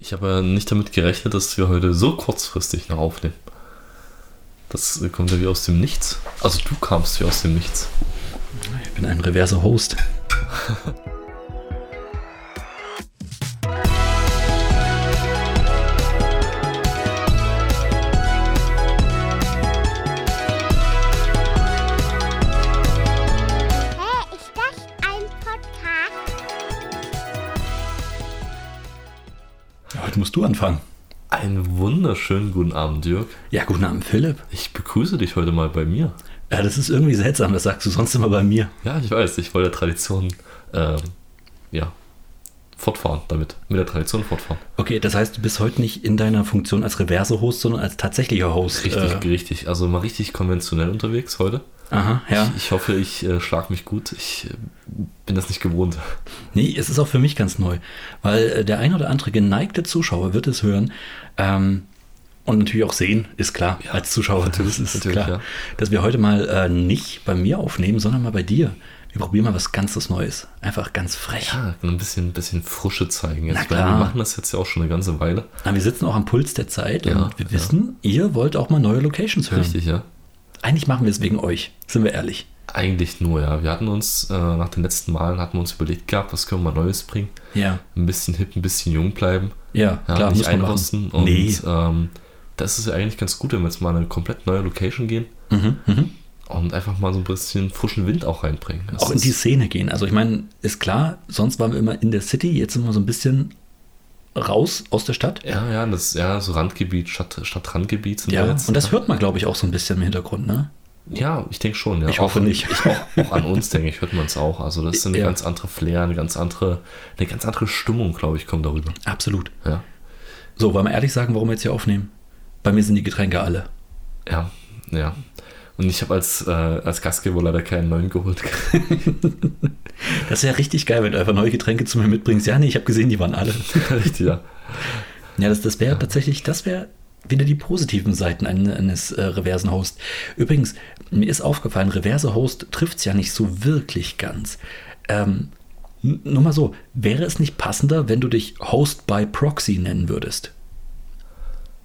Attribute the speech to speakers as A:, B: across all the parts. A: Ich habe ja nicht damit gerechnet, dass wir heute so kurzfristig noch aufnehmen. Das kommt ja wie aus dem Nichts. Also du kamst wie aus dem Nichts.
B: Ich bin ein reverser Host.
C: Hä, Äh, ist das ein Podcast?
B: Ja, heute musst du anfangen.
A: Einen wunderschönen guten Abend, Jörg.
B: Ja, guten Abend, Philipp.
A: Ich begrüße dich heute mal bei mir.
B: Ja, das ist irgendwie seltsam, das sagst du sonst immer bei mir.
A: Ja, ich weiß, ich wollte der Tradition, ähm, ja, fortfahren damit. Mit der Tradition fortfahren.
B: Okay, das heißt, du bist heute nicht in deiner Funktion als reverser Host, sondern als tatsächlicher Host.
A: Richtig,
B: Äh,
A: richtig. Also mal richtig konventionell unterwegs heute.
B: aha, ja.
A: Ich, ich hoffe, ich äh, schlag mich gut. Ich äh, bin das nicht gewohnt.
B: Nee, es ist auch für mich ganz neu, weil äh, der ein oder andere geneigte Zuschauer wird es hören ähm, und natürlich auch sehen, ist klar, als Zuschauer, das ist
A: natürlich,
B: klar,
A: ja.
B: dass wir heute mal äh, nicht bei mir aufnehmen, sondern mal bei dir. Wir probieren mal was ganzes Neues, einfach ganz frech.
A: Ja, ein bisschen, ein bisschen Frische zeigen jetzt.
B: Na
A: weil wir
B: klar.
A: machen das jetzt ja auch schon eine ganze Weile.
B: Aber wir sitzen auch am Puls der Zeit
A: Ja,
B: und wir
A: ja.
B: wissen, ihr wollt auch mal neue Locations hören.
A: Richtig, ja.
B: Eigentlich machen wir es wegen euch, sind wir ehrlich.
A: Eigentlich nur, ja. Wir hatten uns äh, nach den letzten Malen hatten wir uns überlegt gehabt, was können wir Neues bringen.
B: Ja.
A: Ein bisschen hip, ein bisschen jung bleiben.
B: Ja,
A: Ja,
B: klar,
A: nicht
B: muss man
A: einrosten.
B: machen.
A: Und
B: nee.
A: ähm, das ist ja eigentlich ganz gut, wenn wir jetzt mal in eine komplett neue Location gehen
B: Mhm, mhm.
A: und einfach mal so ein bisschen frischen Wind auch reinbringen. Das
B: Auch in
A: ist-
B: die Szene gehen. Also ich meine, ist klar, sonst waren wir immer in der City, jetzt sind wir so ein bisschen raus aus der Stadt.
A: ja, ja, das ja so Randgebiet, Stadt, Stadtrandgebiet sind wir jetzt.
B: Und das hört man, glaube ich, auch so ein bisschen im Hintergrund, ne?
A: ja, ich denke schon. Ja.
B: Ich hoffe
A: auch,
B: nicht.
A: Ich auch, auch an uns, denke ich, hört man es auch. Also das ist eine
B: Ja.
A: ganz andere Flair, eine ganz andere, eine ganz andere Stimmung, glaube ich, kommt darüber.
B: Absolut.
A: Ja.
B: So, wollen wir ehrlich sagen, warum wir jetzt hier aufnehmen? Bei mir sind die Getränke alle.
A: Ja, ja. Und ich habe als, äh, als Gastgeber leider keinen neuen geholt.
B: Das wäre richtig geil, wenn du einfach neue Getränke zu mir mitbringst. Ja, nee, ich habe gesehen, die waren alle.
A: Richtig, ja.
B: Ja, das, das wäre tatsächlich, das wäre wieder die positiven Seiten ein- eines äh, reversen Host. Übrigens, mir ist aufgefallen, reverse Host trifft es ja nicht so wirklich ganz. Ähm, n- nur mal so, wäre es nicht passender, wenn du dich Host by Proxy nennen würdest?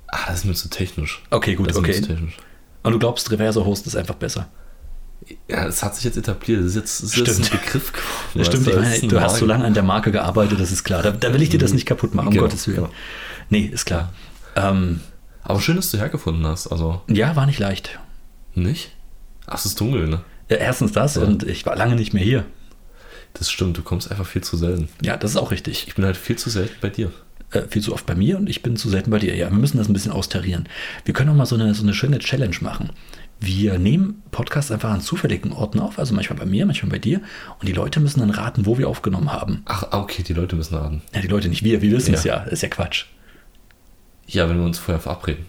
A: Ah, das ist mir zu technisch.
B: Okay, gut,
A: das ist mir
B: okay.
A: zu technisch.
B: Und du glaubst, reverse Host ist einfach besser.
A: Ja, es hat sich jetzt etabliert. Das ist jetzt das ist
B: Stimmt.
A: ein Begriff geworden.
B: Das stimmt,
A: weißt
B: ich
A: Das
B: meine,
A: ist ein
B: du hast so
A: Wagen.
B: lange an der Marke gearbeitet, das ist klar. Da, da will ich dir das nicht kaputt machen, um
A: Genau,
B: Gottes Willen.
A: genau.
B: Nee, ist klar. Ähm,
A: Aber schön, dass du hergefunden hast. Also,
B: ja, war nicht leicht.
A: nicht? Ach, es ist dunkel, ne?
B: Ja, Erstens das und ich war lange nicht mehr hier.
A: Das stimmt, du kommst einfach viel zu selten.
B: Ja, das ist auch richtig.
A: Ich bin halt viel zu selten bei dir.
B: äh, viel zu oft bei mir und ich bin zu selten bei dir. Ja, wir müssen das ein bisschen austarieren. Wir können auch mal so eine, so eine schöne Challenge machen. Wir nehmen Podcasts einfach an zufälligen Orten auf, also manchmal bei mir, manchmal bei dir. Und die Leute müssen dann raten, wo wir aufgenommen haben.
A: Ach, ah, okay, die Leute müssen raten.
B: Ja, die Leute nicht wir, wir wissen es
A: Ja.
B: ja. Ist ja Quatsch.
A: Ja, wenn wir uns vorher verabreden.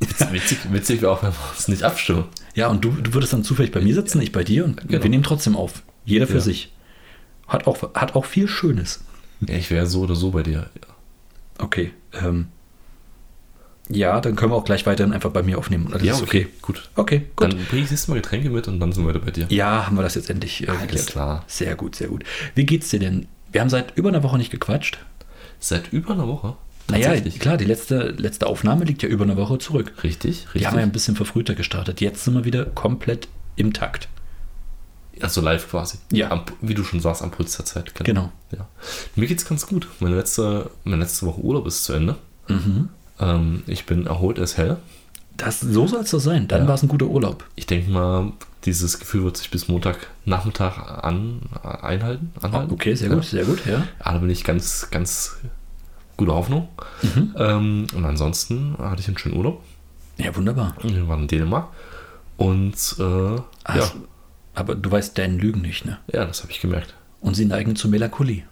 A: Witz- Witzig, witzig wäre auch, wenn wir uns nicht abstimmen.
B: Ja, und du, du würdest dann zufällig bei mir sitzen, ich bei dir und
A: Genau.
B: wir nehmen trotzdem auf. Jeder für
A: Ja.
B: sich. Hat auch, hat auch viel Schönes.
A: Ja, ich wäre so oder so bei dir.
B: Okay. Ähm, ja, dann können wir auch gleich weiterhin einfach bei mir aufnehmen. Das ist
A: Gut.
B: Okay, gut.
A: Dann bringe ich nächstes Mal Getränke mit und dann sind wir wieder bei dir.
B: Ja, haben wir das jetzt endlich äh, geklärt.
A: klar.
B: Sehr gut, sehr gut. Wie geht's dir denn? Wir haben seit über einer Woche nicht gequatscht.
A: Seit über einer Woche?
B: Naja, klar, die letzte, letzte Aufnahme liegt ja über eine Woche zurück.
A: Richtig, richtig.
B: Die haben ja ein bisschen verfrühter gestartet. Jetzt sind wir wieder komplett im Takt.
A: also live quasi.
B: Ja.
A: Am, wie du schon sagst, am Puls der Zeit.
B: Genau.
A: Ja. Mir geht's ganz gut. Meine letzte, meine letzte Woche Urlaub ist zu Ende.
B: Mhm.
A: Ähm, ich bin erholt als hell.
B: Das, so soll es doch sein. Dann
A: Ja.
B: war es ein guter Urlaub.
A: Ich denke mal, dieses Gefühl wird sich bis Montagnachmittag an, einhalten. anhalten.
B: Oh, Okay, sehr gut, sehr gut, ja.
A: Ja, da bin ich ganz, ganz gute Hoffnung.
B: Mhm.
A: Ähm, und ansonsten hatte ich einen schönen Urlaub.
B: Ja, wunderbar.
A: Wir waren in Dänemark. Und äh, ja,
B: Ach, Aber du weißt deinen Lügen nicht, ne?
A: ja, das habe ich gemerkt.
B: Und sie neigen zu Melancholie.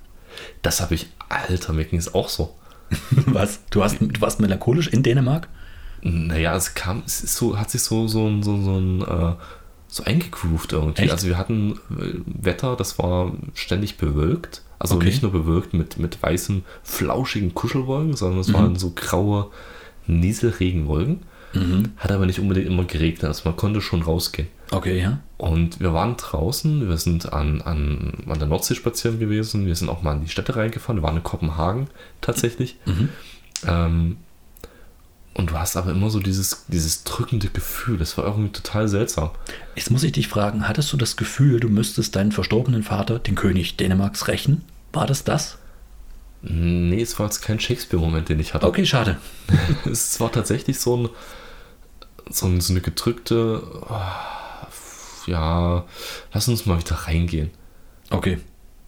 A: Das habe ich, alter, mir ging es auch so.
B: Was? Du, hast, du warst melancholisch in Dänemark?
A: Naja, es kam, es ist so, hat sich so, so, ein- so, so ein, äh, so eingegroovt irgendwie.
B: Echt?
A: Also wir hatten äh, Wetter, das war ständig bewölkt. Also
B: Okay.
A: nicht nur bewölkt mit, mit weißen, flauschigen Kuschelwolken, sondern
B: Mhm.
A: es waren so graue Nieselregenwolken. Hat aber nicht unbedingt immer geregnet, also man konnte schon rausgehen.
B: Okay, ja.
A: Und wir waren draußen, wir sind an, an, an der Nordsee spazieren gewesen, wir sind auch mal in die Städte reingefahren, wir waren in Kopenhagen tatsächlich. Ähm, und du hast aber immer so dieses, dieses drückende Gefühl. Das war irgendwie total seltsam.
B: Jetzt muss ich dich fragen, hattest du das Gefühl, du müsstest deinen verstorbenen Vater, den König Dänemarks, rächen? War das das?
A: Nee, es war jetzt kein Shakespeare-Moment, den ich hatte.
B: Okay, schade.
A: Es war tatsächlich so, ein, so, ein, so eine gedrückte, ah, ja, lass uns mal wieder reingehen,
B: Okay.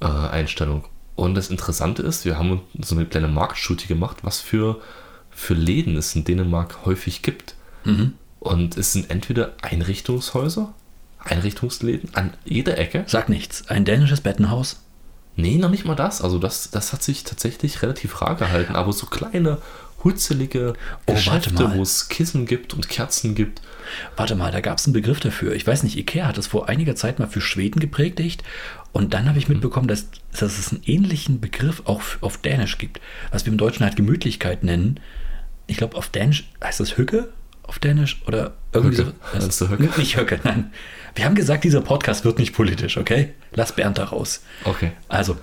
A: äh, Einstellung. Und das Interessante ist, wir haben so eine kleine Marktstudie gemacht, was für, für Läden es in Dänemark häufig gibt.
B: Mhm.
A: Und es sind entweder Einrichtungshäuser, Einrichtungsläden an jeder Ecke.
B: Sag nichts. Ein dänisches Bettenhaus?
A: Nee, noch nicht mal das. Also das, das hat sich tatsächlich relativ rar gehalten. Aber so kleine, hutzelige
B: Oh, warte
A: Geschäfte,
B: mal.
A: wo es Kissen gibt und Kerzen gibt.
B: Warte mal, da gab es einen Begriff dafür. Ich weiß nicht, Ikea hat es vor einiger Zeit mal für Schweden geprägt. Und dann habe ich mitbekommen, dass, dass es einen ähnlichen Begriff auch f- auf Dänisch gibt, was wir im Deutschen halt Gemütlichkeit nennen. Ich glaube, auf Dänisch heißt das Hücke auf Dänisch oder irgendwie
A: Höcke.
B: so.
A: Meinst du Höcke?
B: Nicht Höcke, nein. Wir haben gesagt, dieser Podcast wird nicht politisch, okay? Lass Bernd da raus.
A: Okay.
B: Also.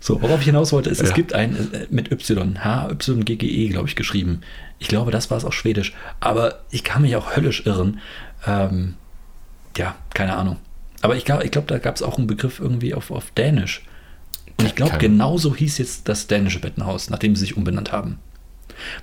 B: so, worauf ich hinaus wollte, ist, es
A: Ja.
B: gibt ein äh, mit Y, H-Y-G-G-E, glaube ich, geschrieben. Ich glaube, das war es auch schwedisch. Aber ich kann mich auch höllisch irren. Ähm, ja, keine Ahnung. Aber ich glaube, ich glaub, da gab es auch einen Begriff irgendwie auf, auf Dänisch. Und ich glaube,
A: Kein-
B: genauso hieß jetzt das dänische Bettenhaus, nachdem sie sich umbenannt haben.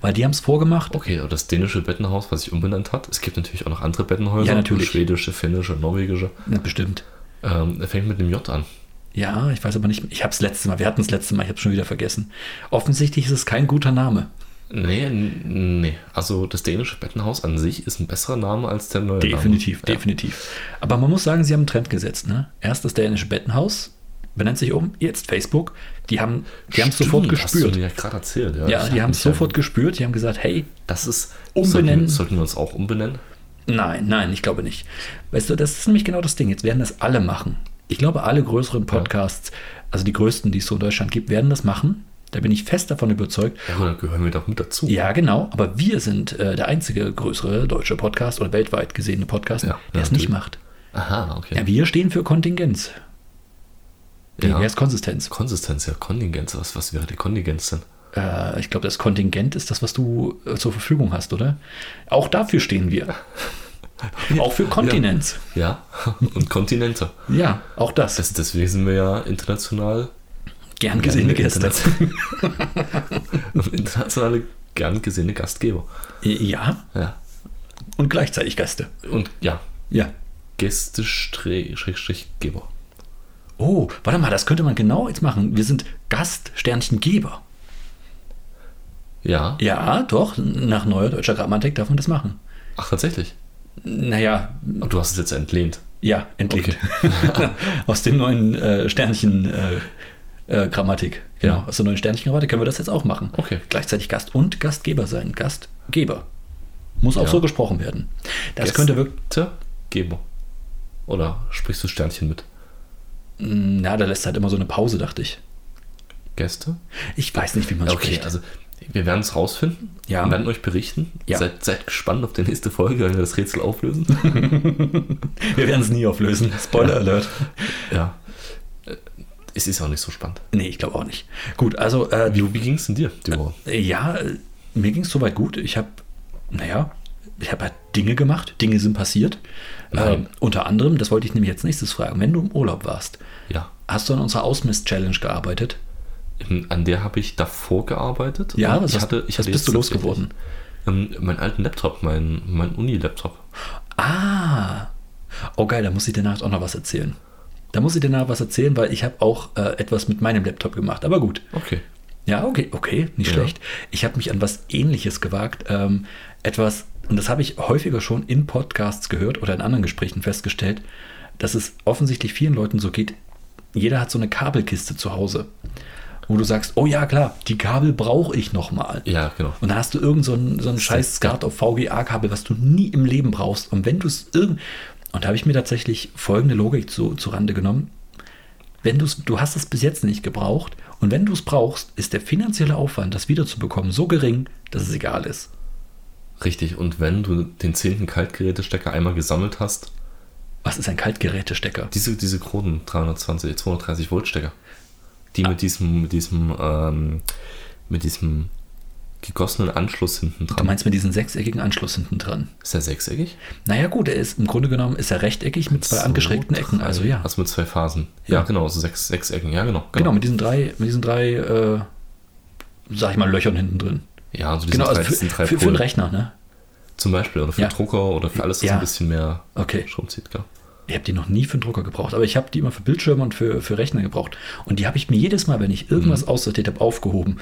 B: Weil die haben es vorgemacht.
A: Okay, und das dänische Bettenhaus, was sich umbenannt hat. Es gibt natürlich auch noch andere Bettenhäuser.
B: Ja, natürlich.
A: Schwedische, finnische, norwegische.
B: Na, Bestimmt.
A: Ähm, er fängt mit dem J an.
B: Ja, ich weiß aber nicht. Ich habe es letzte Mal. Wir hatten es letzte Mal. Ich habe es schon wieder vergessen. Offensichtlich ist es kein guter Name.
A: Nee, n- nee. Also das dänische Bettenhaus an sich ist ein besserer Name als der neue
B: Definitiv,
A: Name.
B: definitiv. Aber man muss sagen, sie haben einen Trend gesetzt. Ne? Erst das dänische Bettenhaus, benennt sich um, jetzt Facebook. Die haben die haben es
A: Stimmt,
B: sofort
A: Hast du
B: gespürt.
A: mir ja gerade erzählt.
B: Ja,
A: Ich
B: die
A: hab
B: haben
A: mich
B: es sofort gespürt. Die haben gesagt, hey,
A: Das ist. Sollten
B: Umbenennen.
A: wir, sollten wir uns auch umbenennen?
B: nein, nein, ich glaube nicht. Weißt du, das ist nämlich genau das Ding. Jetzt werden das alle machen. Ich glaube, alle größeren Podcasts, also die größten, die es so in Deutschland gibt, werden das machen. Da bin ich fest davon überzeugt.
A: Ja, aber dann gehören wir doch mit dazu.
B: Ja, genau. Aber wir sind äh, der einzige größere deutsche Podcast oder weltweit gesehene Podcast,
A: Ja,
B: der
A: ja,
B: es
A: natürlich.
B: nicht macht.
A: Aha, okay.
B: Ja, Äh, wir stehen für Kontingenz. Nee,
A: Ja.
B: wer ist Konsistenz?
A: Konsistenz, ja, Kontingenz. Was, was wäre die Kontingenz denn?
B: Äh, ich glaube, das Kontingent ist das, was du äh, zur Verfügung hast, oder? Auch dafür stehen wir. auch für Kontinenz.
A: Ja, und Kontinente.
B: Ja, auch das.
A: Das, deswegen sind wir ja international.
B: Gern gesehene
A: gerne
B: Gäste.
A: interna- internationale gern gesehene Gastgeber.
B: Ja,
A: Ja.
B: und gleichzeitig Gäste.
A: Und ja,
B: Ja.
A: Gäste-Geber.
B: Oh, warte mal, das könnte man genau jetzt machen. Wir sind Gast-Sternchengeber.
A: Ja.
B: Ja, doch, nach neuer deutscher Grammatik darf man das machen.
A: Ach, tatsächlich.
B: Naja,
A: Und du hast es jetzt entlehnt.
B: ja, entlegt. aus dem neuen äh, Sternchen äh, äh, Grammatik. Genau,
A: Ja.
B: aus der neuen Sternchen Grammatik können wir das jetzt auch machen.
A: Okay.
B: Gleichzeitig Gast und Gastgeber sein. Gastgeber. Muss auch
A: Ja.
B: so gesprochen werden. Das könnte wirklich.
A: Geber. Oder sprichst du Sternchen mit?
B: Na, da lässt halt immer so eine Pause, dachte ich.
A: Gäste?
B: Ich weiß nicht, wie man
A: Okay,
B: spricht.
A: also wir werden es rausfinden.
B: Ja.
A: Wir werden euch berichten.
B: Ja.
A: Seid, seid gespannt auf die nächste Folge, wenn wir das Rätsel auflösen.
B: Wir werden es nie auflösen. Spoiler Alert.
A: ja. Äh, Es ist auch nicht so spannend.
B: Nee, ich glaube auch nicht. Gut, also äh,
A: Wie, wie ging es denn dir, die Woche?
B: Ja, äh, mir ging es soweit gut. Ich habe, naja, ich habe halt Dinge gemacht, Dinge sind passiert.
A: Nein.
B: Ähm, unter anderem, das wollte ich nämlich als nächstes fragen, wenn du im Urlaub warst,
A: Ja.
B: hast du an unserer Ausmist-Challenge gearbeitet?
A: Ähm, An der habe ich davor gearbeitet.
B: Ja,
A: Und
B: was
A: ich
B: hast-
A: hatte, ich
B: was
A: hatte jetzt
B: bist du
A: tatsächlich,
B: losgeworden?
A: Ähm, meinen alten Laptop, meinen mein Uni-Laptop.
B: Ah, oh geil, da muss ich dir nachher auch noch was erzählen. Da muss ich dir nachher was erzählen, weil ich habe auch äh, etwas mit meinem Laptop gemacht, aber gut.
A: Okay.
B: Ja, okay, okay, nicht
A: Ja.
B: schlecht. Ich habe mich an was Ähnliches gewagt. Ähm, etwas, und das habe ich häufiger schon in Podcasts gehört oder in anderen Gesprächen festgestellt, dass es offensichtlich vielen Leuten so geht. Jeder hat so eine Kabelkiste zu Hause, wo du sagst, oh ja, klar, die Kabel brauche ich nochmal.
A: Ja, genau.
B: Und dann hast du irgend so ein, so ein scheiß Skat auf VGA-Kabel, was du nie im Leben brauchst. Und wenn du es irgend... Und da habe ich mir tatsächlich folgende Logik zu, zu Rande genommen. Wenn du's, du hast es bis jetzt nicht gebraucht und wenn du es brauchst, ist der finanzielle Aufwand, das wiederzubekommen, so gering, dass es egal ist.
A: Richtig. Und wenn du den zehnten Kaltgerätestecker einmal gesammelt hast,
B: Was ist ein Kaltgerätestecker?
A: diese, diese
B: Ah.
A: Kronen 320, 230 Volt Stecker, die mit diesem, mit diesem ähm, mit diesem gegossenen Anschluss hinten
B: Du
A: dran.
B: meinst mit diesen sechseckigen Anschluss hinten dran?
A: Ist der sechseckig?
B: Naja, gut, er ist im Grunde genommen ist er rechteckig mit zwei
A: So,
B: angeschrägten Ecken.
A: drei-
B: Also ja.
A: Also mit zwei Phasen. Ja,
B: Ja.
A: genau, so sechs, sechs Ecken. Ja, genau.
B: genau, mit diesen drei, mit diesen drei, äh, sag ich mal, Löchern hinten drin.
A: Ja, also diesen
B: Genau, also
A: drei, diesen drei
B: für, für, für
A: Polen.
B: den Rechner, ne?
A: Zum Beispiel, oder für
B: Ja.
A: Drucker oder für alles, was
B: Ja.
A: ein bisschen mehr
B: Okay.
A: Strom zieht, genau. gell?
B: Ich habe die noch nie für einen Drucker gebraucht, aber ich habe die immer für Bildschirme und für, für Rechner gebraucht. Und die habe ich mir jedes Mal, wenn ich irgendwas aussortiert habe, aufgehoben.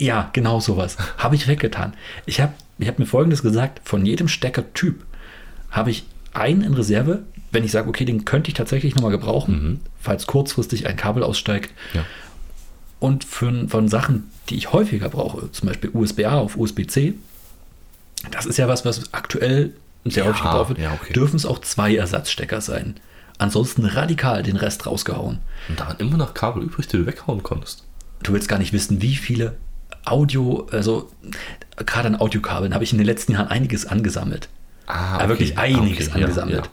B: Ja, genau sowas. Habe ich weggetan. Ich habe ich hab mir folgendes gesagt: Von jedem Steckertyp habe ich einen in Reserve, wenn ich sage, okay, den könnte ich tatsächlich nochmal gebrauchen, falls kurzfristig ein Kabel aussteigt.
A: Ja.
B: Und für, von Sachen, die ich häufiger brauche, zum Beispiel USB-A auf USB-C, das ist ja was, was aktuell sehr häufig gebraucht wird,
A: ja, okay.
B: dürfen es auch zwei Ersatzstecker sein. Ansonsten radikal den Rest rausgehauen.
A: Und da waren immer noch Kabel übrig, die du weghauen konntest.
B: Du willst gar nicht wissen, wie viele Audio, also gerade an Audiokabeln habe ich in den letzten Jahren einiges angesammelt.
A: Ah,
B: Ja, wirklich
A: okay.
B: einiges
A: Okay, ja,
B: angesammelt.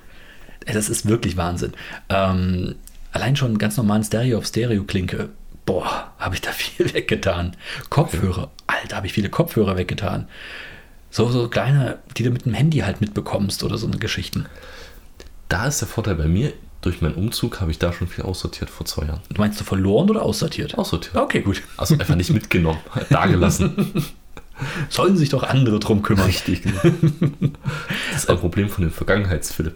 B: Ey, Das ist wirklich Wahnsinn. Ähm, allein schon einen ganz normalen Stereo auf Stereo-Klinke. Boah, habe ich da viel weggetan. Kopfhörer. Alter, habe ich viele Kopfhörer weggetan. So, so kleine, die du mit dem Handy halt mitbekommst oder so eine Geschichten.
A: Da ist der Vorteil bei mir, durch meinen Umzug habe ich da schon viel aussortiert vor zwei Jahren.
B: Du meinst du verloren oder aussortiert?
A: Aussortiert.
B: Okay, gut.
A: Also einfach nicht mitgenommen, da gelassen.
B: Sollen sich doch andere drum kümmern.
A: Richtig, genau. Das ist ein Problem von dem Vergangenheitsphilipp.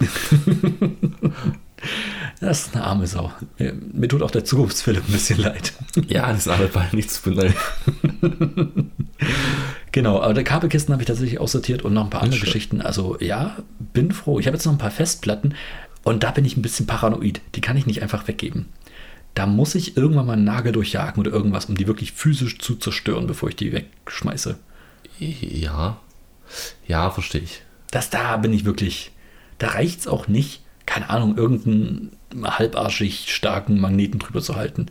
B: Das ist eine arme Sau. Mir, mir tut auch der Zukunftsphilipp ein bisschen leid.
A: Ja, das ist alle bei nichts zu beneiden.
B: Genau, aber die Kabelkisten habe ich tatsächlich aussortiert und noch ein paar andere
A: schön.
B: Geschichten. Also ja, bin froh. Ich habe jetzt noch ein paar Festplatten und da bin ich ein bisschen paranoid. Die kann ich nicht einfach weggeben. Da muss ich irgendwann mal einen Nagel durchjagen oder irgendwas, um die wirklich physisch zu zerstören, bevor ich die wegschmeiße.
A: Ja. Ja, verstehe ich.
B: Das da bin ich wirklich. Da reicht es auch nicht, keine Ahnung, irgendeinen halbarschig starken Magneten drüber zu halten.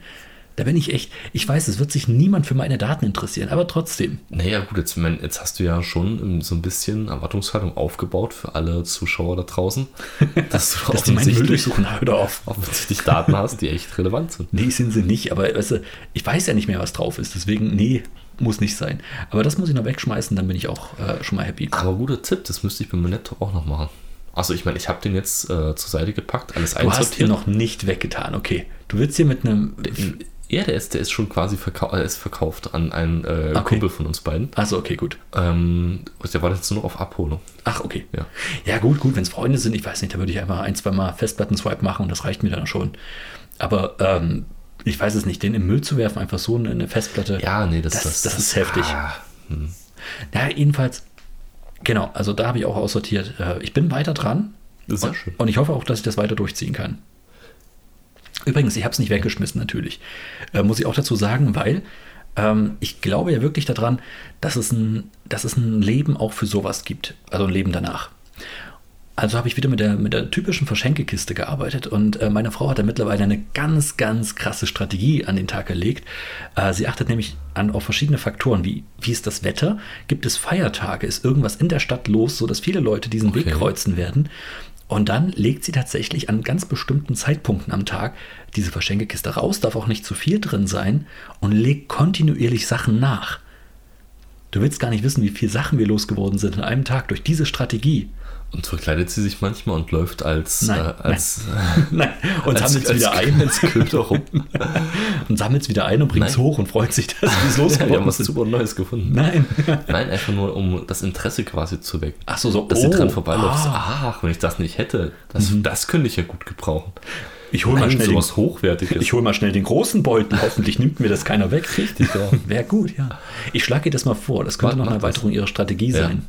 B: Da bin ich echt. Ich weiß, es wird sich niemand für meine Daten interessieren, aber trotzdem.
A: Naja, gut, jetzt, ich mein, jetzt hast du ja schon ähm, so ein bisschen Erwartungshaltung aufgebaut für alle Zuschauer da draußen, dass du
B: Dass die meine Müll
A: offensichtlich,
B: durchsuchen, hör doch auf.
A: offensichtlich Daten hast, die echt relevant sind.
B: Nee, sind sie nicht, aber weißt du, ich weiß ja nicht mehr, was drauf ist, deswegen, nee, muss nicht sein. Aber das muss ich noch wegschmeißen, dann bin ich auch äh, schon mal happy.
A: Aber guter Tipp, das müsste ich bei meinem Laptop auch noch machen. Also ich meine, ich habe den jetzt äh, zur Seite gepackt, alles
B: Du hast
A: einsortiert.
B: ihn noch nicht weggetan, okay. Du willst hier mit einem.
A: Ja, der ist, der ist schon quasi verkau er ist verkauft an einen äh,
B: Okay.
A: Kumpel von uns beiden.
B: Achso, okay, gut.
A: Ähm, der war jetzt nur noch auf Abholung.
B: Ach, okay.
A: Ja.
B: Ja, gut, gut, wenn es Freunde sind, ich weiß nicht, da würde ich einfach ein, zwei Mal Festplatten-Swipe machen und das reicht mir dann schon. Aber ähm, ich weiß es nicht, den im Müll zu werfen, einfach so in eine Festplatte.
A: Ja, nee, das,
B: Das- das ist heftig.
A: Ah,
B: Na, jedenfalls, genau, also da habe ich auch aussortiert. Äh, Ich bin weiter dran.
A: Das ist
B: und,
A: ja schön.
B: und ich hoffe auch, dass ich das weiter durchziehen kann. Übrigens, ich habe es nicht weggeschmissen, natürlich. Äh, muss ich auch dazu sagen, weil ähm, ich glaube ja wirklich daran, dass es, ein, dass es ein Leben auch für sowas gibt. Also ein Leben danach. Also habe ich wieder mit der, mit der typischen Verschenkekiste gearbeitet und äh, meine Frau hat da mittlerweile eine ganz, ganz krasse Strategie an den Tag gelegt. Äh, sie achtet nämlich an, auf verschiedene Faktoren, wie, wie ist das Wetter, gibt es Feiertage, ist irgendwas in der Stadt los, sodass viele Leute diesen Weg
A: Okay.
B: kreuzen werden. Und dann legt sie tatsächlich an ganz bestimmten Zeitpunkten am Tag diese Verschenkekiste raus, darf auch nicht zu viel drin sein und legt kontinuierlich Sachen nach. Du willst gar nicht wissen, wie viele Sachen wir losgeworden sind an einem Tag durch diese Strategie.
A: Und verkleidet sie sich manchmal und läuft als,
B: Nein,
A: äh, als,
B: Nein, und
A: als,
B: sammelt es wieder
A: als,
B: ein
A: als Köder rum.
B: und sammelt es wieder ein und bringt es
A: Nein.
B: hoch und freut sich, dass wir es
A: ja, wir haben
B: losgeworden
A: was
B: sind.
A: super Neues gefunden.
B: Nein.
A: Nein, einfach nur, um das Interesse quasi zu wecken.
B: Ach so, so,
A: Dass
B: oh,
A: du dran vorbeiläufst.
B: ah.
A: Ach, wenn ich das nicht hätte, das, das könnte ich ja gut gebrauchen.
B: Ich hole mal,
A: Nein,
B: schnell
A: sowas
B: den-
A: Hochwertiges.
B: ich hol mal schnell den großen Beutel. Hoffentlich nimmt mir das keiner weg.
A: Richtig, ja.
B: Wäre gut, ja. Ich schlage ihr das mal vor. Das könnte
A: Mach-
B: noch eine
A: mach das.
B: Erweiterung ihrer Strategie
A: Ja.
B: sein.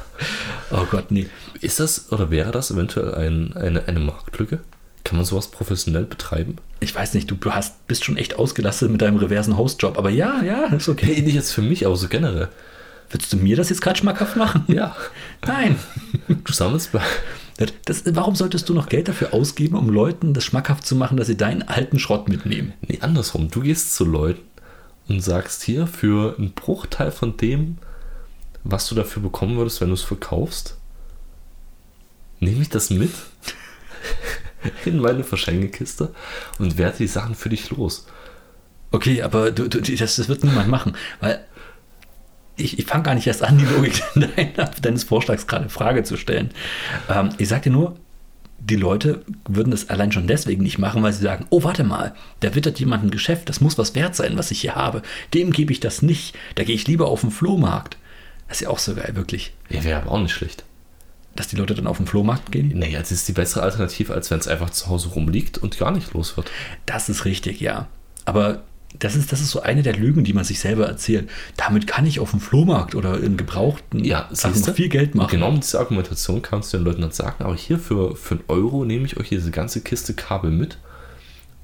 B: oh Gott, nee.
A: Ist das oder wäre das eventuell ein, eine, eine Marktlücke? Kann man sowas professionell betreiben?
B: Ich weiß nicht, du, du hast, bist schon echt ausgelastet mit deinem reversen Host-Job. Aber ja, ja, ist okay.
A: Hey, nicht jetzt für mich, aber so generell.
B: Willst du mir das jetzt gerade schmackhaft machen?
A: Ja.
B: Nein.
A: Du sammelst bei.
B: Das, das, warum solltest du noch Geld dafür ausgeben, um Leuten das schmackhaft zu machen, dass sie deinen alten Schrott mitnehmen?
A: Nee, andersrum. Du gehst zu Leuten und sagst hier für einen Bruchteil von dem, was du dafür bekommen würdest, wenn du es verkaufst, nehme ich das mit in meine Verschenkekiste und werte die Sachen für dich los.
B: Okay, aber du, du, das, das wird niemand machen, weil ich, ich fange gar nicht erst an, die Logik deiner, deines Vorschlags gerade in Frage zu stellen. Ähm, ich sage dir nur, die Leute würden das allein schon deswegen nicht machen, weil sie sagen, oh, warte mal, da wittert jemand ein Geschäft, das muss was wert sein, was ich hier habe. Dem gebe ich das nicht. Da gehe ich lieber auf den Flohmarkt. Das ist ja auch so geil, wirklich.
A: Ja, wäre aber auch nicht schlecht.
B: Dass die Leute dann auf den Flohmarkt gehen?
A: Naja, das ist die bessere Alternative, als wenn es einfach zu Hause rumliegt und gar nicht los wird.
B: Das ist richtig, ja. Aber das ist, das ist so eine der Lügen, die man sich selber erzählt. Damit kann ich auf dem Flohmarkt oder in gebrauchten
A: Ja,
B: Sachen
A: siehste?
B: viel Geld machen.
A: Genau mit dieser Argumentation kannst du den Leuten dann sagen, aber hier für, für einen Euro nehme ich euch diese ganze Kiste Kabel mit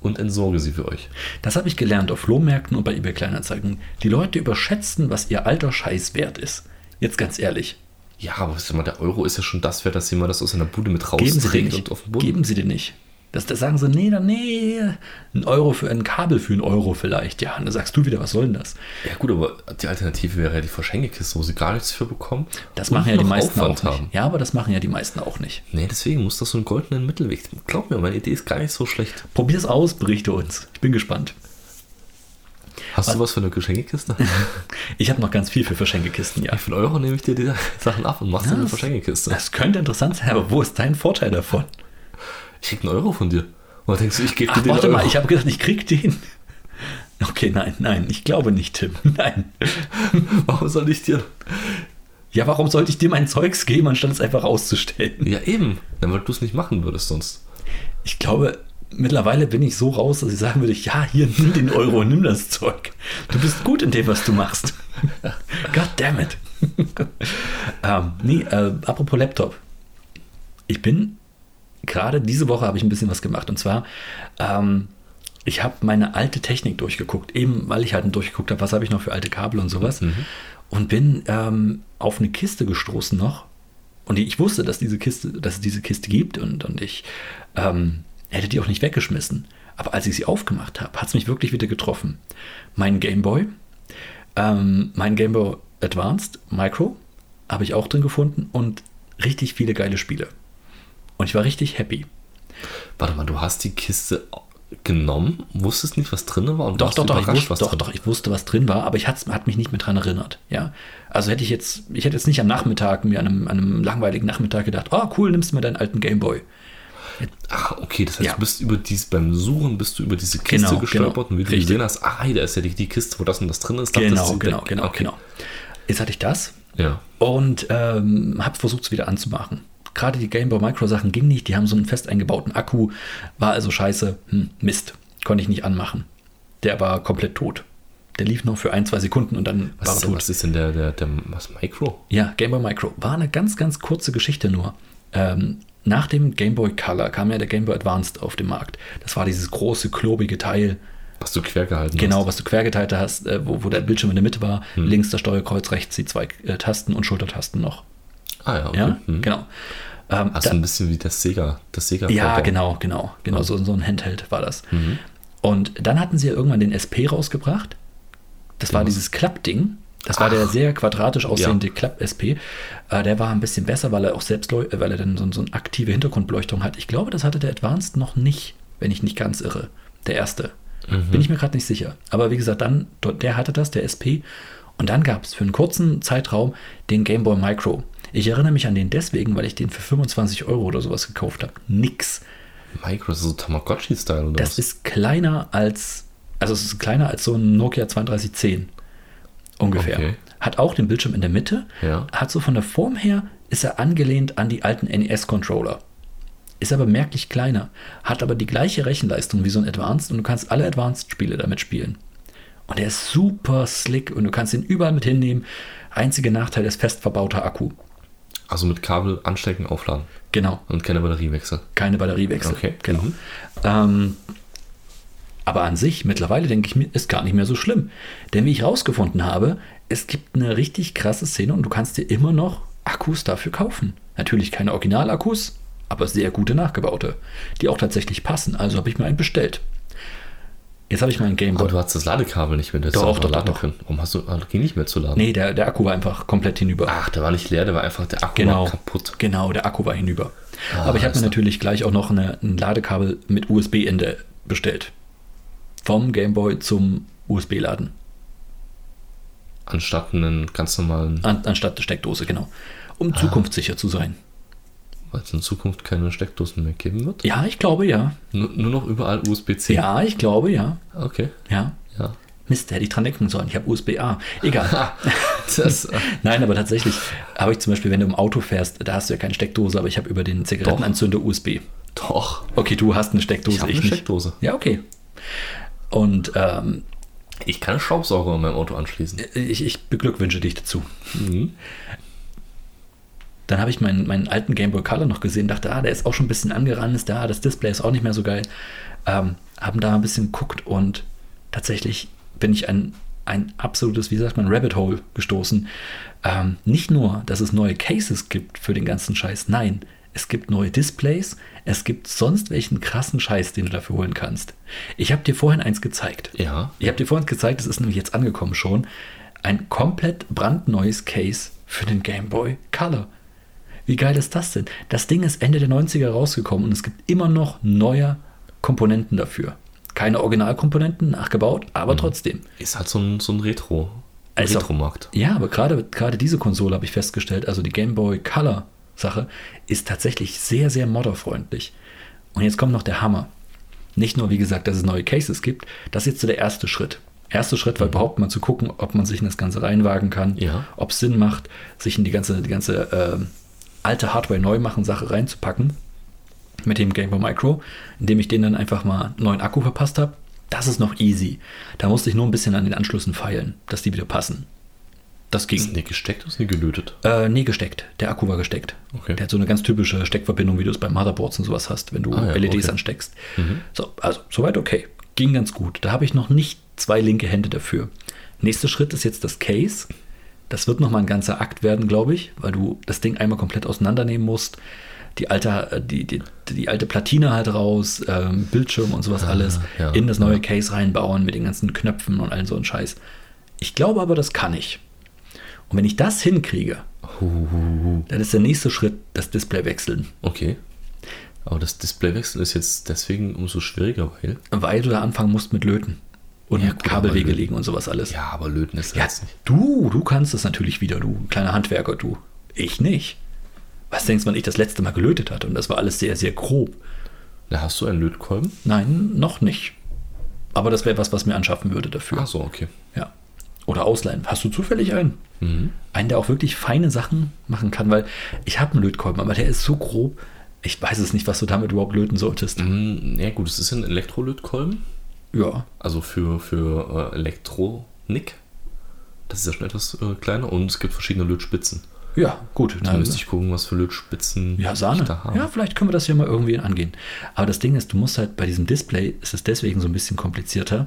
A: und entsorge sie für euch.
B: Das habe ich gelernt auf Flohmärkten und bei eBay Kleinanzeigen. Die Leute überschätzen, was ihr alter Scheiß wert ist. Jetzt ganz ehrlich,
A: Ja, aber sag mal, der Euro ist ja schon das wert, dass jemand das aus einer Bude mit
B: geben sie den
A: rausträgt
B: nicht.
A: und auf den Boden.
B: Geben sie den nicht. Das, das sagen sie, nee, dann, nee, ein Euro für ein Kabel für einen Euro vielleicht. Ja, und dann sagst du wieder, was soll denn das?
A: Ja gut, aber die Alternative wäre ja die Verschenkekiste, wo sie gar nichts für bekommen.
B: Das
A: und
B: machen ja die
A: noch
B: meisten
A: Aufwand
B: auch nicht. Ja, aber das machen ja die meisten auch nicht.
A: Nee, deswegen muss das so einen goldenen Mittelweg. Glaub mir, meine Idee ist gar nicht so schlecht.
B: Probier's aus, berichte uns. Ich bin gespannt.
A: Hast du was für eine Geschenkekiste?
B: Ich habe noch ganz viel für Verschenkekisten, ja.
A: Wie viel Euro nehme ich dir die Sachen ab und machst du eine
B: Das-
A: Verschenkekiste?
B: Das könnte interessant sein, aber wo ist dein Vorteil davon?
A: Ich krieg einen Euro von dir. Und dann denkst du, ich gebe dir
B: Ach,
A: den
B: warte
A: Euro.
B: mal, ich habe gedacht, ich krieg den. Okay, nein, nein, ich glaube nicht, Tim. Nein.
A: Warum soll ich dir...
B: Ja, warum sollte ich dir mein Zeugs geben, anstatt es einfach auszustellen?
A: Ja eben, dann weil du es nicht machen würdest sonst.
B: Ich glaube, mittlerweile bin ich so raus, dass ich sagen würde, ja, hier, nimm den Euro, nimm das Zeug. Du bist gut in dem, was du machst. God damn it. ähm, nee, äh, apropos Laptop. Ich bin gerade diese Woche habe ich ein bisschen was gemacht. Und zwar, ähm, ich habe meine alte Technik durchgeguckt, eben weil ich halt durchgeguckt habe, was habe ich noch für alte Kabel und sowas. Und bin ähm, auf eine Kiste gestoßen noch. Und ich wusste, dass, diese Kiste, dass es diese Kiste gibt und, und ich ähm, hätte die auch nicht weggeschmissen. Aber als ich sie aufgemacht habe, hat es mich wirklich wieder getroffen. Mein Gameboy, ähm, mein Gameboy Advanced Micro habe ich auch drin gefunden und richtig viele geile Spiele. Und ich war richtig happy.
A: Warte mal, du hast die Kiste genommen, wusstest nicht, was drin war und
B: Doch,
A: warst
B: doch, doch, ich
A: überrascht,
B: wusste,
A: was
B: doch,
A: drin
B: doch, ich wusste, was drin war, aber ich hat's, hat mich nicht mehr dran erinnert. Ja, also hätte ich jetzt, ich hätte jetzt nicht am Nachmittag mir an einem, an einem langweiligen Nachmittag gedacht, oh cool, nimmst du mir deinen alten Gameboy.
A: Ach, okay, das heißt,
B: Ja.
A: du bist über dies, beim Suchen bist du über diese Kiste
B: Genau,
A: gestolpert
B: genau.
A: und wie du
B: Richtig.
A: gesehen hast, ah, hey, da ist ja die, die Kiste, wo das und das drin ist. dachtest
B: Genau,
A: du,
B: genau,
A: da-
B: genau, genau. Jetzt hatte ich das
A: Ja.
B: und ähm, habe versucht, es wieder anzumachen. Gerade die Gameboy Micro Sachen ging nicht, die haben so einen fest eingebauten Akku, war also scheiße, hm, Mist, konnte ich nicht anmachen. Der war komplett tot. Der lief noch für ein, zwei Sekunden und dann
A: Was,
B: war er
A: ist,
B: tot.
A: was ist denn der, der, der was, Micro?
B: Ja, Game Boy Micro. War eine ganz, ganz kurze Geschichte nur. Ähm, nach dem Game Boy Color kam ja der Game Boy Advanced auf den Markt. Das war dieses große, klobige Teil,
A: Hast du quer gehalten?
B: genau,
A: Hast.
B: was du quergeteilt hast, äh, wo, wo der Bildschirm in der Mitte war.
A: Hm.
B: Links das Steuerkreuz, rechts die zwei äh, Tasten und Schultertasten noch.
A: Ah, ja, okay.
B: Ja,
A: Hm.
B: genau. Ähm,
A: Hast du
B: da-
A: Hm. ein bisschen wie das Sega, das Sega
B: ja,
A: Vorbau.
B: genau, genau. Genau, so, so ein Handheld war das.
A: Hm.
B: Und dann hatten sie ja irgendwann den SP rausgebracht. Das war dieses Klappding. Das war der sehr quadratisch aussehende Klapp-SP. Äh, der war ein bisschen besser, weil er auch selbst, äh, weil er dann so, so eine aktive Hintergrundbeleuchtung hat. Ich glaube, das hatte der Advanced noch nicht, wenn ich nicht ganz irre. Der erste. Bin ich mir gerade nicht sicher. Aber wie gesagt, dann, dort- der hatte das, der SP. Und dann gab es für einen kurzen Zeitraum den Game Boy Micro. Ich erinnere mich an den deswegen, weil ich den für 25 Euro oder sowas gekauft habe. Nix.
A: Micro, das ist so Tamagotchi-Style oder
B: genau. Das
A: was?
B: ist kleiner als, also es ist kleiner als so ein Nokia 3210 ungefähr.
A: Okay.
B: Hat auch den Bildschirm in der Mitte.
A: Ja.
B: Hat so von der Form her, ist er angelehnt an die alten NES-Controller. Ist aber merklich kleiner. Hat aber die gleiche Rechenleistung wie so ein Advanced und du kannst alle Advanced-Spiele damit spielen. Und der ist super slick und du kannst ihn überall mit hinnehmen. Einziger Nachteil ist fest verbauter Akku.
A: Also mit Kabel anstecken, aufladen
B: Genau.
A: und keine Batteriewechsel.
B: keine Batteriewechsel.
A: Okay.
B: Genau.
A: Mhm.
B: Ähm, aber an sich, mittlerweile denke ich mir, ist gar nicht mehr so schlimm. Denn wie ich rausgefunden habe, es gibt eine richtig krasse Szene und du kannst dir immer noch Akkus dafür kaufen. Natürlich keine Originalakkus, aber sehr gute nachgebaute, die auch tatsächlich passen. Also habe ich mir einen bestellt. Jetzt habe ich meinen Gameboy.
A: Aber du hast das Ladekabel nicht mehr, das
B: Doch,
A: hättest du
B: doch,
A: auch mal
B: doch,
A: laden
B: doch.
A: können. Warum hast du, ah, ging nicht mehr zu laden?
B: Nee, der, der Akku war einfach komplett hinüber.
A: Ach, der war nicht leer, der war einfach, der Akku
B: Genau,
A: war kaputt. Ah,
B: genau, der Akku war hinüber. Aber ich habe
A: ist-
B: mir natürlich gleich auch noch eine, ein Ladekabel mit USB-Ende bestellt. Vom Gameboy zum USB laden.
A: Anstatt einen ganz normalen,
B: An, anstatt der Steckdose, genau.
A: Ah.
B: Um zukunftssicher zu sein.
A: weil es in Zukunft keine Steckdosen mehr geben wird.
B: Ja, ich glaube ja.
A: Nur, nur noch überall USB-C.
B: Ja, ich glaube ja.
A: Okay.
B: Ja.
A: Ja.
B: Mist, da hätte ich dran denken sollen. Ich habe USB-A. Egal.
A: Das, äh,
B: Nein, aber tatsächlich habe ich zum Beispiel, wenn du im Auto fährst, da hast du ja keine Steckdose, aber ich habe über den Zigarettenanzünder USB.
A: doch.
B: Okay, du hast eine Steckdose,
A: Ich habe
B: ich
A: eine
B: nicht.
A: Steckdose.
B: Ja, okay. Und ähm,
A: Ich kann Staubsauger an meinem Auto anschließen.
B: ich, ich beglückwünsche dich dazu.
A: Mhm.
B: Dann habe ich meinen, meinen alten Game Boy Color noch gesehen, dachte, ah, der ist auch schon ein bisschen angerannt, ist da, das Display ist auch nicht mehr so geil. Ähm, haben da ein bisschen geguckt und tatsächlich bin ich ein, ein absolutes, wie sagt man, Rabbit Hole gestoßen. Ähm, nicht nur, dass es neue Cases gibt für den ganzen Scheiß, nein, es gibt neue Displays, es gibt sonst welchen krassen Scheiß, den du dafür holen kannst. Ich habe dir vorhin eins gezeigt.
A: Ja.
B: Ich habe dir vorhin gezeigt, es ist nämlich jetzt angekommen schon, ein komplett brandneues Case für den Game Boy Color. Wie geil ist das denn? Das Ding ist Ende der 90er rausgekommen und es gibt immer noch neue Komponenten dafür. Keine Originalkomponenten nachgebaut, aber trotzdem.
A: Ist halt so ein, so ein Retro. Ein
B: Also-
A: Retromarkt.
B: Ja, aber gerade gerade diese Konsole habe ich festgestellt, also die Game Boy Color Sache ist tatsächlich sehr sehr modderfreundlich. Und jetzt kommt noch der Hammer. Nicht nur wie gesagt, dass es neue Cases gibt, das ist jetzt so der erste Schritt. Erster Schritt war überhaupt mal zu gucken, ob man sich in das Ganze reinwagen kann,
A: Ja.
B: ob es Sinn macht, sich in die ganze die ganze ähm, alte Hardware neu machen Sache reinzupacken mit dem Game Boy Micro, indem ich den dann einfach mal einen neuen Akku verpasst habe. Das ist noch easy. Da musste ich nur ein bisschen an den Anschlüssen feilen, dass die wieder passen. Das ging.
A: Ist nicht gesteckt, ist nicht gelötet.
B: Äh, nee, gesteckt. Der Akku war gesteckt.
A: Okay.
B: Der hat so eine ganz typische Steckverbindung, wie du es bei Motherboards und sowas hast, wenn du E
A: Ah ja,
B: LEDs
A: okay.
B: ansteckst. So, also soweit okay. Ging ganz gut. Da habe ich noch nicht zwei linke Hände dafür. Nächster Schritt ist jetzt das Case. Das wird nochmal ein ganzer Akt werden, glaube ich, weil du das Ding einmal komplett auseinandernehmen musst. Die alte, äh, die, die, die alte Platine halt raus, ähm, Bildschirm und sowas alles
A: Ah, ja,
B: in das neue Case reinbauen mit den ganzen Knöpfen und allen so ein Scheiß. Ich glaube aber, das kann ich. Und wenn ich das hinkriege, dann ist der nächste Schritt das Display wechseln,
A: Okay. Aber das Displaywechseln ist jetzt deswegen umso schwieriger, weil.
B: weil du da anfangen musst mit Löten und
A: Ja,
B: mit
A: gut,
B: Kabelwege
A: aber-
B: legen und sowas alles.
A: Ja, aber löten ist
B: Ja,
A: jetzt nicht.
B: du, du kannst das natürlich wieder, du kleiner Handwerker, du. Ich nicht. Was denkst du, wann ich das letzte Mal gelötet hatte? Und das war alles sehr, sehr grob.
A: Da hast du einen Lötkolben?
B: Nein, noch nicht. Aber das wäre was, was mir anschaffen würde dafür.
A: Ach so, okay.
B: Ja. Oder ausleihen. Hast du zufällig einen?
A: Mhm.
B: Einen, der auch wirklich feine Sachen machen kann, weil ich habe einen Lötkolben, aber der ist so grob. Ich weiß es nicht, was du damit überhaupt löten solltest.
A: Hm, ja, gut, es ist ein Elektrolötkolben.
B: Ja.
A: Also für, für äh, Elektronik. Das ist ja schon etwas äh, kleiner und es gibt verschiedene Lötspitzen.
B: Ja, gut.
A: Da
B: Dann
A: müsste ich gucken, was für Lötspitzen
B: ja, Sahne.
A: ich da habe.
B: Ja, vielleicht können wir das ja mal irgendwie angehen. Aber das Ding ist, du musst halt bei diesem Display, ist es deswegen so ein bisschen komplizierter.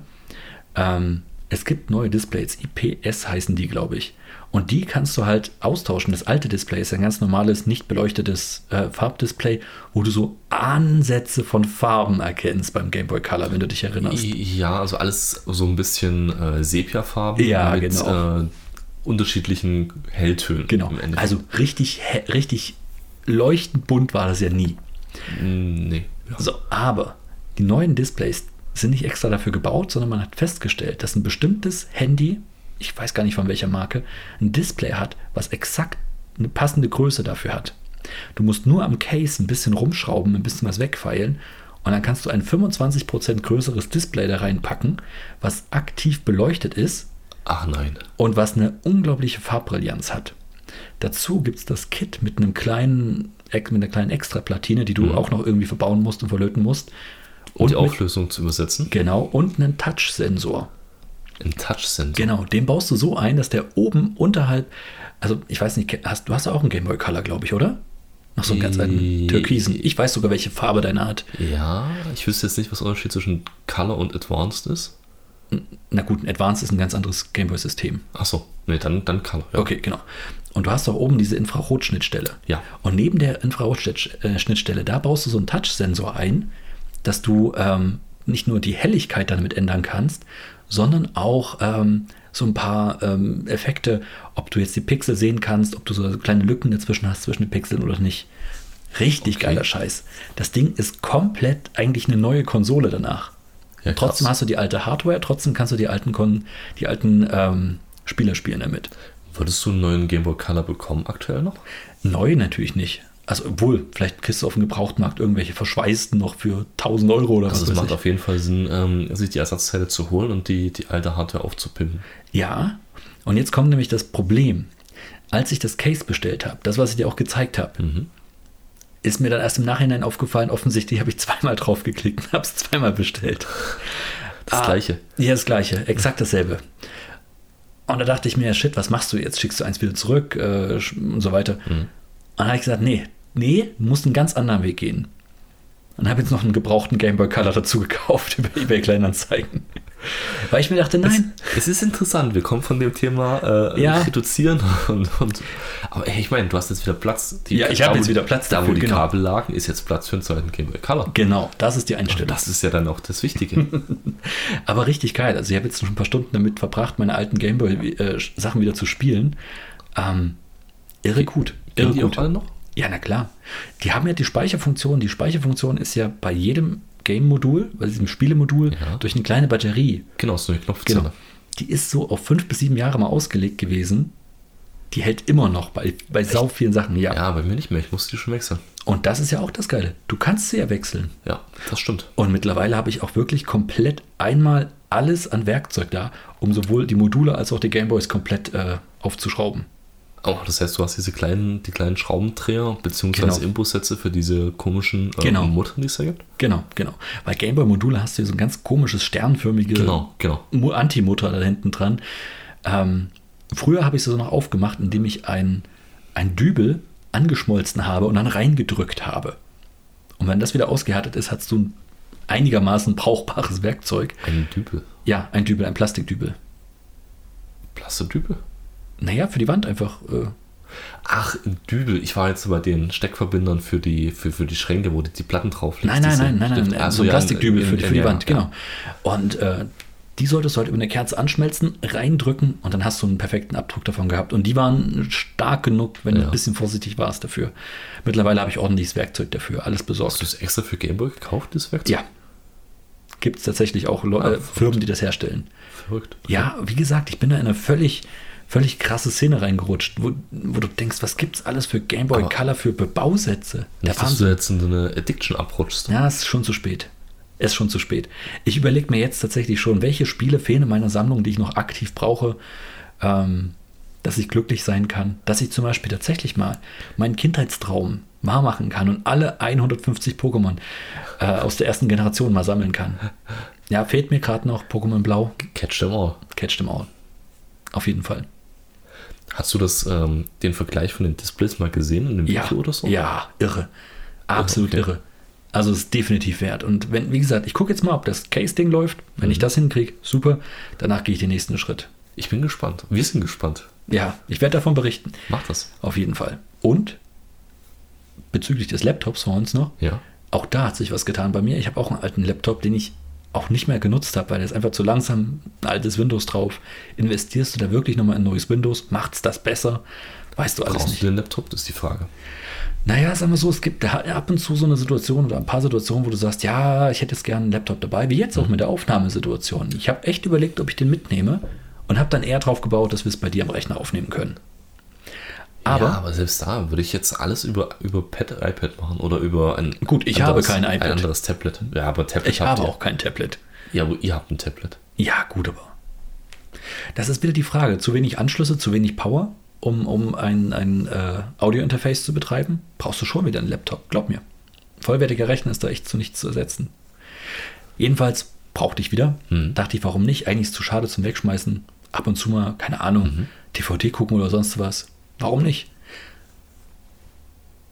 B: Ähm, es gibt neue Displays, IPS heißen die, glaube ich. Und die kannst du halt austauschen. Das alte Display ist ein ganz normales, nicht beleuchtetes äh, Farbdisplay, wo du so Ansätze von Farben erkennst beim Game Boy Color, wenn du dich erinnerst.
A: Ja, also alles so ein bisschen äh, Sepiafarben
B: Ja,
A: mit
B: genau.
A: äh, unterschiedlichen Helltönen.
B: Genau.
A: Im Endeffekt.
B: Also richtig, hä- richtig leuchtend bunt war das ja nie. Also
A: Mm, nee. Ja.
B: So, aber die neuen Displays sind nicht extra dafür gebaut, sondern man hat festgestellt, dass ein bestimmtes Handy, ich weiß gar nicht von welcher Marke, ein Display hat, was exakt eine passende Größe dafür hat. Du musst nur am Case ein bisschen rumschrauben, ein bisschen was wegfeilen und dann kannst du ein 25% größeres Display da reinpacken, was aktiv beleuchtet ist
A: Ach nein.
B: und was eine unglaubliche Farbbrillanz hat. Dazu gibt es das Kit mit einem kleinen, mit einer kleinen Extraplatine, die du auch noch irgendwie verbauen musst und verlöten musst.
A: Mhm. Und die
B: mit,
A: Auflösung zu übersetzen.
B: genau, und einen Touch-Sensor.
A: Im Touch-Sensor.
B: Genau, den baust du so ein, dass der oben unterhalb, also ich weiß nicht, hast, du hast auch einen Game Boy Color, glaube ich, oder? Noch so einen ganz alten
A: I-
B: Türkisen. Ich weiß sogar, welche Farbe deiner hat.
A: Ja, ich wüsste jetzt nicht, was der Unterschied zwischen Color und Advanced ist.
B: Na gut, ein Advanced ist ein ganz anderes Game Boy-System.
A: Achso, nee, dann, dann Color. Ja.
B: Okay, genau. Und du hast doch oben diese Infrarotschnittstelle.
A: Ja.
B: Und neben der Infrarotschnittstelle, da baust du so einen Touch-Sensor ein, dass du ähm, nicht nur die Helligkeit damit ändern kannst, sondern auch ähm, so ein paar ähm, Effekte, ob du jetzt die Pixel sehen kannst, ob du so kleine Lücken dazwischen hast zwischen den Pixeln oder nicht. Richtig geiler Scheiß. Das Ding ist komplett eigentlich eine neue Konsole danach.
A: Ja,
B: trotzdem
A: krass.
B: hast du die alte Hardware, trotzdem kannst du die alten, Kon die alten ähm, Spieler spielen damit.
A: Würdest du einen neuen Game Boy Color bekommen aktuell noch?
B: Neu natürlich nicht. Also, obwohl, vielleicht kriegst du auf dem Gebrauchtmarkt irgendwelche verschweißten noch für 1000 Euro oder
A: Also
B: was
A: es
B: weiß
A: macht
B: ich.
A: auf jeden Fall Sinn, ähm, sich die Ersatzteile zu holen und die, die alte Hardware aufzupimpen.
B: Ja, und jetzt kommt nämlich das Problem. Als ich das Case bestellt habe, das, was ich dir auch gezeigt habe,
A: Mhm.
B: ist mir dann erst im Nachhinein aufgefallen, offensichtlich habe ich zweimal drauf geklickt und habe es zweimal bestellt. Ah,
A: Das gleiche.
B: Ja, das gleiche, exakt dasselbe. Und da dachte ich mir, shit, was machst du jetzt? Schickst du eins wieder zurück äh, sch- und so weiter.
A: Mhm.
B: Und dann habe ich gesagt, nee, nee, du musst einen ganz anderen Weg gehen. Und habe jetzt noch einen gebrauchten Game Boy Color dazu gekauft über eBay Kleinanzeigen. Weil ich mir dachte, nein,
A: Es ist interessant, wir kommen von dem Thema äh,
B: Ja.
A: reduzieren und, und aber ey, ich meine, du hast jetzt wieder Platz. Die-
B: Ja, ich hab
A: da, wo
B: jetzt
A: die-
B: wieder Platz
A: Da, wo
B: dafür,
A: die
B: genau.
A: Kabel lagen, ist jetzt Platz für einen zweiten Game Boy Color.
B: genau, das ist die Einstellung.
A: Das ist ja dann auch das Wichtige.
B: Aber richtig geil. Also ich habe jetzt schon ein paar Stunden damit verbracht, meine alten Gameboy-Sachen wieder zu spielen. Ähm, irre gut. Irre
A: Gehen die
B: gut.
A: auch alle noch?
B: Ja, na klar. Die haben ja die Speicherfunktion. Die Speicherfunktion ist ja bei jedem Game-Modul, bei diesem Spielemodul,
A: Ja.
B: durch eine kleine Batterie.
A: Genau, so eine Knopfzelle.
B: Genau. Die ist so auf fünf bis sieben Jahre mal ausgelegt gewesen. Die hält immer noch bei, bei sau vielen Sachen, ja.
A: Ja, bei mir nicht mehr, ich musste die schon wechseln.
B: Und das ist ja auch das Geile. Du kannst sie ja wechseln.
A: Ja, das stimmt.
B: Und mittlerweile habe ich auch wirklich komplett einmal alles an Werkzeug da, um sowohl die Module als auch die Gameboys komplett äh, aufzuschrauben.
A: Oh, das heißt, du hast diese kleinen, die kleinen Schraubendreher beziehungsweise
B: Genau.
A: Imbussätze für diese komischen äh,
B: Genau.
A: Muttern, die es da gibt.
B: Genau, genau. Bei Gameboy-Module hast du hier so ein ganz komisches sternförmige
A: Genau, genau.
B: Mu- Antimutter da hinten dran. Ähm, früher habe ich sie so noch aufgemacht, indem ich ein, ein Dübel angeschmolzen habe und dann reingedrückt habe. Und wenn das wieder ausgehärtet ist, hast du ein einigermaßen brauchbares Werkzeug.
A: Ein Dübel.
B: Ja, ein Dübel, ein Plastikdübel.
A: Plastidübel?
B: Naja, für die Wand einfach. Äh,
A: Ach, ein Dübel. Ich war jetzt bei den Steckverbindern für die, für, für die Schränke, wo du die Platten drauf
B: Nein, nein, nein, nein, nein, so ein Plastikdübel für, die- für die Wand, genau. Und äh, die solltest du halt über eine Kerze anschmelzen, reindrücken und dann hast du einen perfekten Abdruck davon gehabt. Und die waren stark genug, wenn du
A: Ja.
B: ein bisschen vorsichtig warst dafür. Mittlerweile habe ich ordentliches Werkzeug dafür, alles
A: Hast
B: besorgt.
A: du das extra für Gameboy gekauft, dieses Werkzeug?
B: Ja. Gibt es tatsächlich auch Leu-
A: Ah,
B: äh, Firmen, die das herstellen.
A: Verrückt.
B: Ja, wie gesagt, ich bin da in eine völlig, völlig krasse Szene reingerutscht, wo, wo du denkst, was gibt's alles für Gameboy
A: Aber-
B: Color, für Bebausätze?
A: Nicht, dass du jetzt in so eine Addiction abrutschst.
B: Ja, es ist schon zu spät. Es ist schon zu spät. Ich überlege mir jetzt tatsächlich schon, welche Spiele fehlen in meiner Sammlung, die ich noch aktiv brauche, ähm, dass ich glücklich sein kann. Dass ich zum Beispiel tatsächlich mal meinen Kindheitstraum wahr machen kann und alle 150 Pokémon äh, aus der ersten Generation mal sammeln kann. Ja, fehlt mir gerade noch Pokémon Blau,
A: Catch them all.
B: Catch them all. Auf jeden Fall.
A: Hast du das, ähm, den Vergleich von den Displays mal gesehen in dem
B: Ja,
A: Video oder so?
B: ja, irre. Absolut
A: Okay.
B: irre. Also es ist definitiv wert. Und wenn, wie gesagt, ich gucke jetzt mal, ob das Case-Ding läuft. Wenn
A: Mhm.
B: ich das hinkriege, super. Danach gehe ich den nächsten Schritt.
A: Ich bin gespannt. Wir sind gespannt.
B: Ja, ich werde davon berichten.
A: Mach das.
B: Auf jeden Fall. Und bezüglich des Laptops vor uns noch,
A: Ja.
B: auch da hat sich was getan bei mir. Ich habe auch einen alten Laptop, den ich auch nicht mehr genutzt habe, weil der ist einfach zu langsam. Ein altes Windows drauf. Investierst du da wirklich nochmal in ein neues Windows? Macht's das besser? Weißt du alles
A: Brauchst
B: nicht.
A: du den Laptop? Das ist die Frage.
B: Naja, sagen wir so, es gibt da ab und zu so eine Situation oder ein paar Situationen, wo du sagst, ja, ich hätte jetzt gerne einen Laptop dabei, wie
A: Mhm.
B: jetzt auch mit der Aufnahmesituation. Ich habe echt überlegt, ob ich den mitnehme und habe dann eher drauf gebaut, dass wir es bei dir am Rechner aufnehmen können. Aber
A: ja, aber selbst da würde ich jetzt alles über, über Pad, iPad machen oder über ein.
B: Gut, ich habe kein iPad.
A: Ein anderes Tablet. Ja, aber Tablet
B: ich habe
A: ihr.
B: auch kein Tablet.
A: Ja, aber ihr habt ein Tablet.
B: Ja, gut, aber. Das ist wieder die Frage. Zu wenig Anschlüsse, zu wenig Power, um, um ein, ein äh, Audio-Interface zu betreiben, brauchst du schon wieder einen Laptop, glaub mir. Vollwertiger Rechner ist da echt zu nichts zu ersetzen. Jedenfalls brauchte ich wieder. Dachte ich, warum nicht? Eigentlich ist es zu schade zum Wegschmeißen. Ab und zu mal, keine Ahnung, DVD gucken oder sonst was. Warum nicht?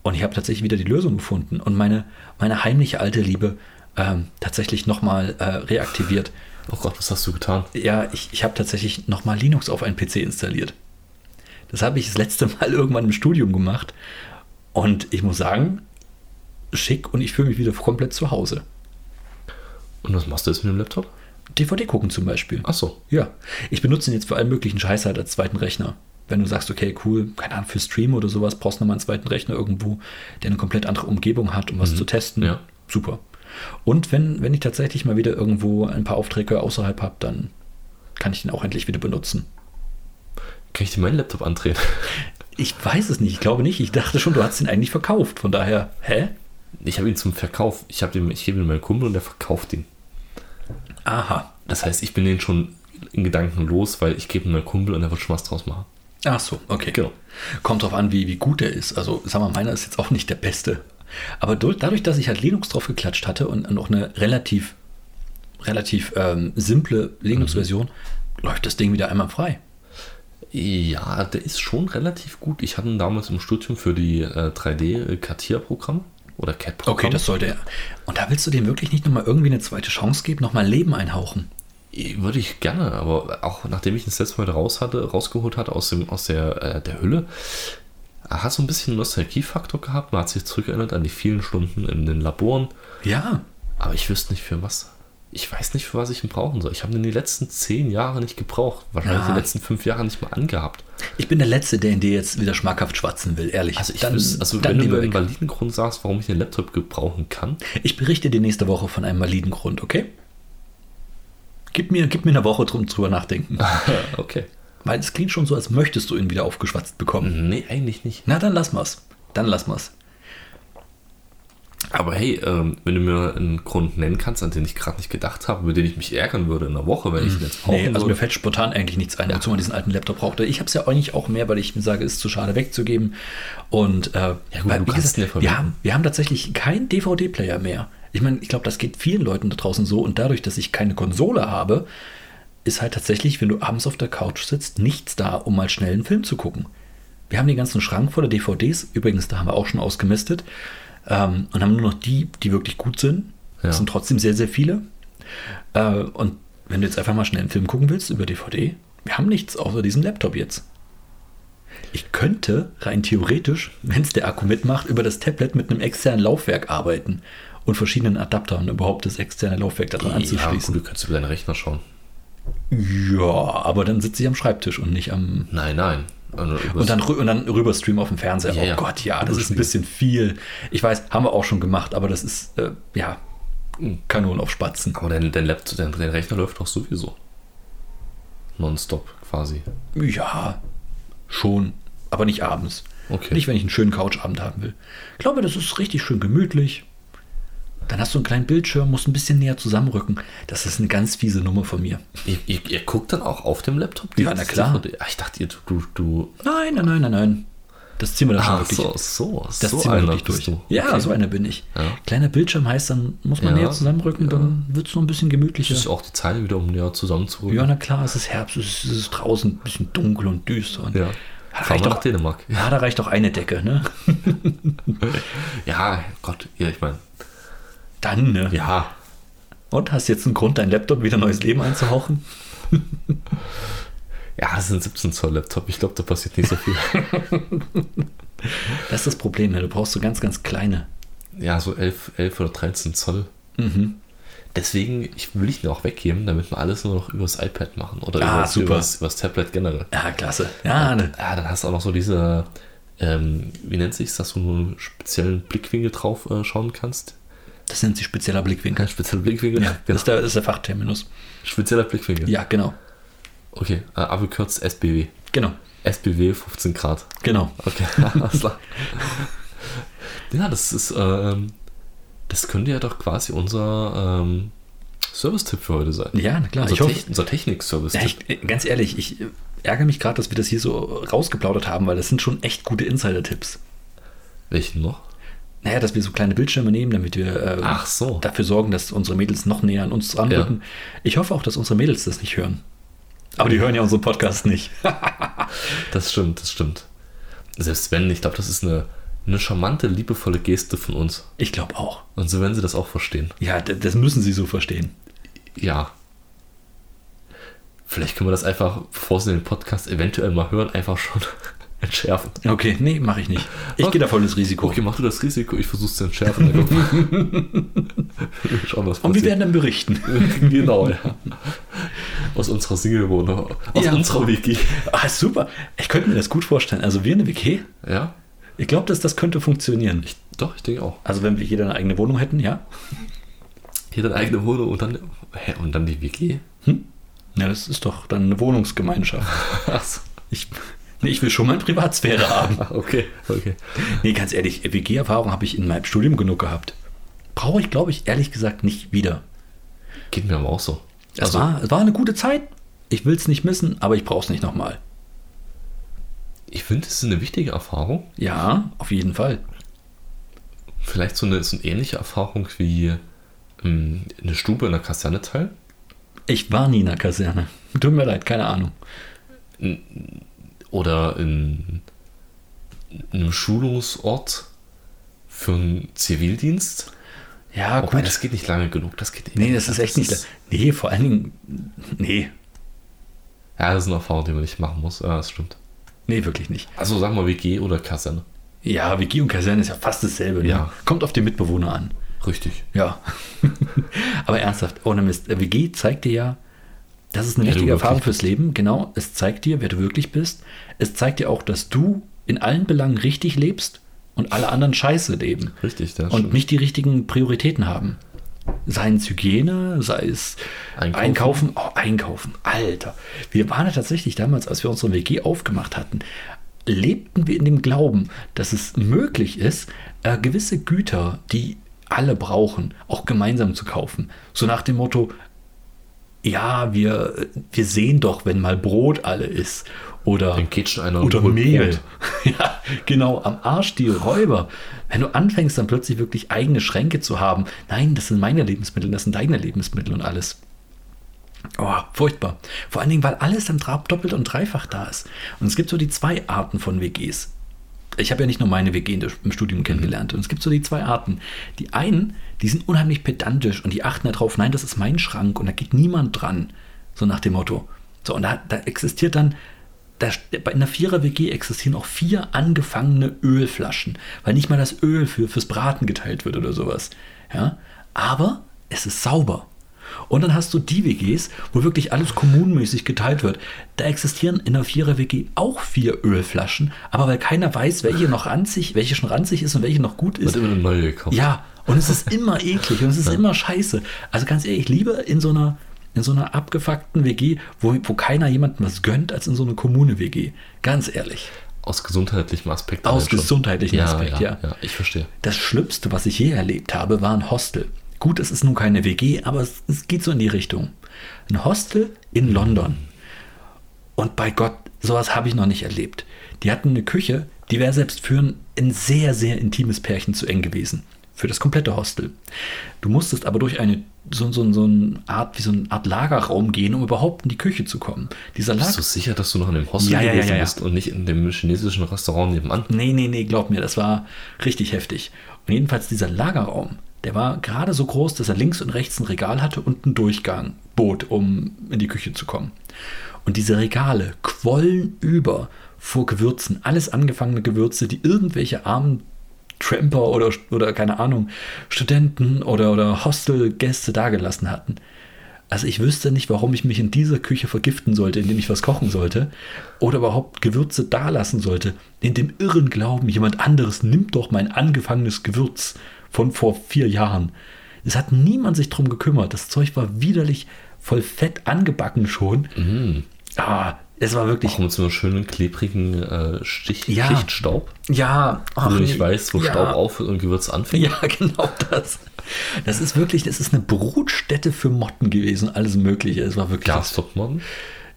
B: Und ich habe tatsächlich wieder die Lösung gefunden und meine, meine heimliche alte Liebe ähm, tatsächlich nochmal äh, reaktiviert.
A: Oh Gott, was hast du getan?
B: Ja, ich, ich habe tatsächlich nochmal Linux auf einen PC installiert. Das habe ich das letzte Mal irgendwann im Studium gemacht. Und ich muss sagen, schick und ich fühle mich wieder komplett zu Hause.
A: Und was machst du jetzt mit dem Laptop?
B: DVD gucken zum Beispiel.
A: Ach so.
B: Ja, ich benutze ihn jetzt für allen möglichen Scheiß halt als zweiten Rechner. Wenn du sagst, okay, cool, keine Ahnung, für Stream oder sowas brauchst du nochmal einen zweiten Rechner irgendwo, der eine komplett andere Umgebung hat, um was zu testen.
A: Mhm. Ja.
B: Super. Und wenn, wenn ich tatsächlich mal wieder irgendwo ein paar Aufträge außerhalb habe, dann kann ich den auch endlich wieder benutzen.
A: Kann ich dir meinen Laptop andrehen?
B: Ich weiß es nicht, ich glaube nicht. Ich dachte schon, du hast den eigentlich verkauft. Von daher, hä?
A: Ich habe ihn zum Verkauf. Ich habe den, ich gebe ihn meinem Kumpel und der verkauft ihn.
B: Aha.
A: Das heißt, ich bin den schon in Gedanken los, weil ich gebe ihn meinem Kumpel und der wird schon was draus machen.
B: Ach so, okay.
A: Genau.
B: Kommt drauf an, wie, wie gut er ist. Also, sag mal, meiner ist jetzt auch nicht der beste. Aber durch, dadurch, dass ich halt Linux drauf geklatscht hatte und noch eine relativ, relativ ähm, simple Linux-Version,
A: Mhm.
B: läuft das Ding wieder einmal frei.
A: Ja, der ist schon relativ gut. Ich hatte ihn damals im Studium für die äh, 3D-Kartierprogramm oder CAD-Programm.
B: Okay, das sollte er. Und da willst du dem wirklich nicht nochmal irgendwie eine zweite Chance geben, nochmal Leben einhauchen?
A: Würde ich gerne, aber auch nachdem ich ihn das letzte Mal raus hatte, rausgeholt hatte aus, dem, aus der, äh, der Hülle, er hat so ein bisschen Nostalgiefaktor gehabt. Man hat sich zurückerinnert an die vielen Stunden in den Laboren.
B: Ja.
A: Aber ich wüsste nicht für was. Ich weiß nicht, für was ich ihn brauchen soll. Ich habe ihn die letzten zehn Jahre nicht gebraucht. Wahrscheinlich
B: Ah.
A: die letzten fünf Jahre nicht mal angehabt.
B: Ich bin der Letzte, der in dir jetzt wieder schmackhaft schwatzen will, ehrlich.
A: Also, ich
B: Dann-
A: wüsste, also
B: dann
A: wenn du mir
B: lieber
A: einen
B: weg.
A: validen Grund sagst, warum ich den Laptop gebrauchen kann,
B: Ich berichte dir nächste Woche von einem validen Grund, okay? Gib mir, gib mir eine Woche drum drüber nachdenken.
A: okay.
B: Weil es klingt schon so, als möchtest du ihn wieder aufgeschwatzt bekommen.
A: Nee, eigentlich nicht.
B: Na, dann lass mal's. Dann lass mal's.
A: Aber hey, ähm, wenn du mir einen Grund nennen kannst, an den ich gerade nicht gedacht habe, über den ich mich ärgern würde in einer Woche, wenn ich ihn jetzt brauchen
B: Nee, also mir
A: würde.
B: fällt spontan eigentlich nichts ein, wozu man diesen alten Laptop brauchte. Ich habe es ja eigentlich auch mehr, weil ich mir sage, es ist zu schade wegzugeben. Und äh,
A: gut,
B: weil,
A: du
B: wie
A: kannst
B: gesagt,
A: ihn ja
B: wir,
A: verwenden.
B: haben, wir haben tatsächlich keinen DVD-Player mehr. Ich meine, ich glaube, das geht vielen Leuten da draußen so. Und dadurch, dass ich keine Konsole habe, ist halt tatsächlich, wenn du abends auf der Couch sitzt, nichts da, um mal schnell einen Film zu gucken. Wir haben den ganzen Schrank voller DVDs. Übrigens, da haben wir auch schon ausgemistet. Ähm, und haben nur noch die, die wirklich gut sind.
A: Ja.
B: Das sind trotzdem sehr, sehr viele. Äh, und wenn du jetzt einfach mal schnell einen Film gucken willst über DVD, wir haben nichts außer diesem Laptop jetzt. Ich könnte rein theoretisch, wenn es der Akku mitmacht, über das Tablet mit einem externen Laufwerk arbeiten und verschiedenen Adaptern, um überhaupt das externe Laufwerk daran
A: ja, gut,
B: anzuschließen.
A: du kannst über deinen Rechner schauen.
B: Ja, aber dann sitze ich am Schreibtisch und nicht am.
A: Nein, nein. Und
B: Und dann, rü- und dann rüber streamen auf dem Fernseher.
A: Ja, ja.
B: oh Gott, ja, das ist ein bisschen viel. Ich weiß, haben wir auch schon gemacht, aber das ist, äh, ja, Kanonen auf Spatzen.
A: Aber dein, dein Laptop, dein, dein Rechner läuft doch sowieso. Nonstop quasi.
B: Ja, schon, aber nicht abends.
A: Okay.
B: Nicht, wenn ich einen schönen Couchabend haben will. Ich glaube, das ist richtig schön gemütlich. Dann hast du einen kleinen Bildschirm, musst ein bisschen näher zusammenrücken. Das ist eine ganz fiese Nummer von mir.
A: Ihr, ihr, ihr guckt dann auch auf dem Laptop?
B: Ja, na klar.
A: DVD? Ah, Ich dachte, ihr, du, du.
B: Nein, nein, nein, nein, nein. Das ziehen wir dann schon
A: Ah,
B: wirklich.
A: so, so,
B: Das
A: so
B: ziehen wir
A: einer
B: wirklich
A: bist
B: durch.
A: du.
B: Ja,
A: okay.
B: so einer bin ich.
A: Ja.
B: Kleiner Bildschirm heißt, dann muss man
A: Ja,
B: näher zusammenrücken, dann wird es noch ein bisschen gemütlicher.
A: Das ist auch die Zeit wieder, um näher zusammenzurücken.
B: Ja, na klar, es ist Herbst, es ist, es ist draußen ein bisschen dunkel und düster. Und
A: Ja.
B: Da
A: Fahren
B: reicht
A: wir nach
B: doch,
A: Dänemark.
B: ja, da reicht doch eine Decke, ne?
A: Ja, Gott, ja, ich meine,
B: Dann, ne?
A: ja,
B: Und hast jetzt einen Grund, deinen Laptop wieder neues Leben einzuhauchen?
A: ja, das ist ein 17 Zoll Laptop. Ich glaube, da passiert nicht so viel.
B: Das ist das Problem, ne? Du brauchst so ganz, ganz kleine.
A: ja, so 11, 11 oder 13 Zoll.
B: Mhm.
A: Deswegen ich will ich den auch weggeben, damit wir alles nur noch übers iPad machen oder
B: Ah,
A: übers,
B: super.
A: übers, übers Tablet generell.
B: Ja, klasse. Ja, ne.
A: Ja, dann hast du auch noch so diese, ähm, wie nennt sich dass du nur einen speziellen Blickwinkel drauf äh, schauen kannst.
B: Das nennt sich spezieller Blickwinkel.
A: Kein spezieller Blickwinkel. Genau.
B: Ja, das ist der, das ist der Fachterminus.
A: Spezieller Blickwinkel.
B: Ja, genau.
A: Okay, äh, abgekürzt SBW.
B: Genau.
A: SBW 15 Grad.
B: Genau.
A: Okay, alles klar. Also. ja, das ist, ähm, das könnte ja doch quasi unser ähm, Service-Tipp für heute sein.
B: Ja, na klar.
A: Unser,
B: ich hoffe,
A: Techn- unser Technik-Service-Tipp.
B: Ja, ich, äh, ganz ehrlich, ich äh, ärgere mich gerade, dass wir das hier so rausgeplaudert haben, weil das sind schon echt gute Insider-Tipps.
A: Welchen noch?
B: Naja, dass wir so kleine Bildschirme nehmen, damit wir äh,
A: Ach so.
B: dafür sorgen, dass unsere Mädels noch näher an uns ranrücken. Ich hoffe auch, dass unsere Mädels das nicht hören. Aber die hören ja unseren Podcast nicht.
A: Das stimmt, das stimmt. Selbst wenn, ich glaube, das ist eine, eine charmante, liebevolle Geste von uns.
B: Ich glaube auch.
A: Und so werden sie das auch verstehen.
B: Ja, d- das müssen sie so verstehen.
A: Ja. Vielleicht können wir das einfach, bevor sie den Podcast eventuell mal hören, einfach schon entschärfen.
B: Okay, nee, mache ich nicht. Ich
A: Okay.
B: gehe da volles Risiko.
A: Okay, mach du das Risiko, ich versuch's zu entschärfen. Dann gucken wir- wir schauen, was
B: Und wir
A: passiert.
B: werden dann berichten.
A: genau, ja. Aus unserer Single-Wohnung, aus
B: Ja.
A: unserer WG.
B: Ah, super. Ich könnte mir das gut vorstellen. Also wir in der WG,
A: Ja,
B: ich glaube, dass das könnte funktionieren.
A: ich, doch, ich denke auch.
B: Also wenn wir jeder eine eigene Wohnung hätten, ja.
A: Hier deine eigene Wohnung und dann. Hä, und dann die WG?
B: Ja, das ist doch dann eine Wohnungsgemeinschaft.
A: Ach so.
B: Ich, nee, ich will schon meine Privatsphäre haben.
A: Ah, Okay, okay.
B: Nee, ganz ehrlich, WG-Erfahrung habe ich in meinem Studium genug gehabt. Brauche ich, glaube ich, ehrlich gesagt nicht wieder.
A: Geht mir aber auch so.
B: Es, war, es war eine gute Zeit. Ich will es nicht missen, aber ich brauche es nicht nochmal.
A: Ich finde, es ist eine wichtige Erfahrung.
B: Ja, auf jeden Fall.
A: Vielleicht so eine, so eine ähnliche Erfahrung wie ähm, eine Stube in der Kaserne teilen.
B: Ich war nie in der Kaserne. Tut mir leid, keine Ahnung.
A: Oder in einem Schulungsort für einen Zivildienst.
B: Ja,
A: Wobei, das geht nicht lange genug. Das geht
B: Oh nee, das ist echt nicht. Nee, vor allen Dingen. Nee,
A: Ja, das ist eine Erfahrung, die man nicht machen muss. Ja, das stimmt.
B: nee, wirklich nicht.
A: Also sag mal WG oder Kaserne.
B: Ja, WG und Kaserne ist ja fast dasselbe. Ne?
A: Ja.
B: Kommt auf den Mitbewohner an.
A: Richtig.
B: Ja. Aber ernsthaft, ohne Mist. äh, WG zeigt dir ja, das ist eine
A: Wer du
B: wichtige
A: wirklich
B: Erfahrung fürs Leben. Genau, es zeigt dir, wer du wirklich bist. Es zeigt dir auch, dass du in allen Belangen richtig lebst und alle anderen scheiße leben.
A: Richtig, das
B: und
A: stimmt.
B: nicht die richtigen Prioritäten haben. Sei es Hygiene, sei es
A: Einkaufen.
B: Einkaufen. Oh, Einkaufen, Alter. Wir waren ja tatsächlich damals, als wir unsere WG aufgemacht hatten, lebten wir in dem Glauben, dass es möglich ist, äh, gewisse Güter, die alle brauchen, auch gemeinsam zu kaufen. So nach dem Motto, ja, wir, wir sehen doch, wenn mal Brot alle ist. Oder
A: Dann geht schon einer und
B: oder
A: holt
B: Mehl.
A: Brot.
B: Ja, genau, am Arsch die Räuber. Wenn du anfängst, dann plötzlich wirklich eigene Schränke zu haben. Nein, das sind meine Lebensmittel, das sind deine Lebensmittel und alles. Oh, furchtbar. Vor allen Dingen, weil alles dann dra- doppelt und dreifach da ist. Und es gibt so die zwei Arten von WGs. Ich habe ja nicht nur meine WG in der- im Studium kennengelernt. Und es gibt so die zwei Arten. Die einen, die sind unheimlich pedantisch und die achten darauf, nein, das ist mein Schrank und da geht niemand dran. So nach dem Motto. So, und da, da existiert dann, da, bei einer Vierer-WG existieren auch vier angefangene Ölflaschen, weil nicht mal das Öl für, fürs Braten geteilt wird oder sowas. Ja? Aber es ist sauber. Und dann hast du die WGs, wo wirklich alles kommunenmäßig geteilt wird. Da existieren in der Vierer-WG auch vier Ölflaschen, aber weil keiner weiß, welche noch ranzig, welche schon ranzig ist und welche noch gut
A: Wird
B: ist.
A: immer eine neue gekauft.
B: Ja, und es ist immer eklig und es ist immer scheiße. Also ganz ehrlich, lieber in so einer, in so einer abgefuckten WG, wo, wo keiner jemandem was gönnt, als in so einer Kommune-WG. Ganz ehrlich.
A: Aus gesundheitlichem Aspekt.
B: Aus
A: allein schon.
B: gesundheitlichem
A: ja,
B: Aspekt,
A: ja,
B: ja.
A: ja. Ich verstehe.
B: Das Schlimmste, was ich je erlebt habe, war ein Hostel. Gut, es ist nun keine WG, aber es, es geht so in die Richtung. Ein Hostel in London. Und bei Gott, sowas habe ich noch nicht erlebt. Die hatten eine Küche, die wäre selbst für ein, ein sehr, sehr intimes Pärchen zu eng gewesen. Für das komplette Hostel. Du musstest aber durch eine, so, so, so eine Art, wie so eine Art Lagerraum gehen, um überhaupt in die Küche zu kommen. Dieser Lager
A: Bist du sicher, dass du noch in dem Hostel
B: Ja, ja, ja,
A: gewesen
B: ja, ja.
A: bist und nicht in dem chinesischen Restaurant nebenan?
B: Nee, nee, nee, glaub mir, das war richtig heftig. Und jedenfalls dieser Lagerraum, der war gerade so groß, dass er links und rechts ein Regal hatte und einen Durchgang bot, um in die Küche zu kommen. Und diese Regale quollen über vor Gewürzen, alles angefangene Gewürze, die irgendwelche armen Tramper oder, oder keine Ahnung, Studenten oder, oder Hostelgäste dagelassen hatten. Also ich wüsste nicht, warum ich mich in dieser Küche vergiften sollte, indem ich was kochen sollte oder überhaupt Gewürze dalassen sollte, in dem irren Glauben, jemand anderes nimmt doch mein angefangenes Gewürz von vor vier Jahren. Es hat niemand sich drum gekümmert. Das Zeug war widerlich voll fett angebacken schon.
A: Mhm.
B: Ah, es war wirklich.
A: Auch mit so einem schönen, klebrigen äh, Stich
B: Ja.
A: Schichtstaub,
B: Ja, ach,
A: wo du
B: nee.
A: nicht weißt, wo
B: Ja.
A: Staub aufhört und Gewürz anfängt.
B: Ja, genau das. Das ist wirklich, das ist eine Brutstätte für Motten gewesen, alles Mögliche. Es war wirklich.
A: Gastopmodden.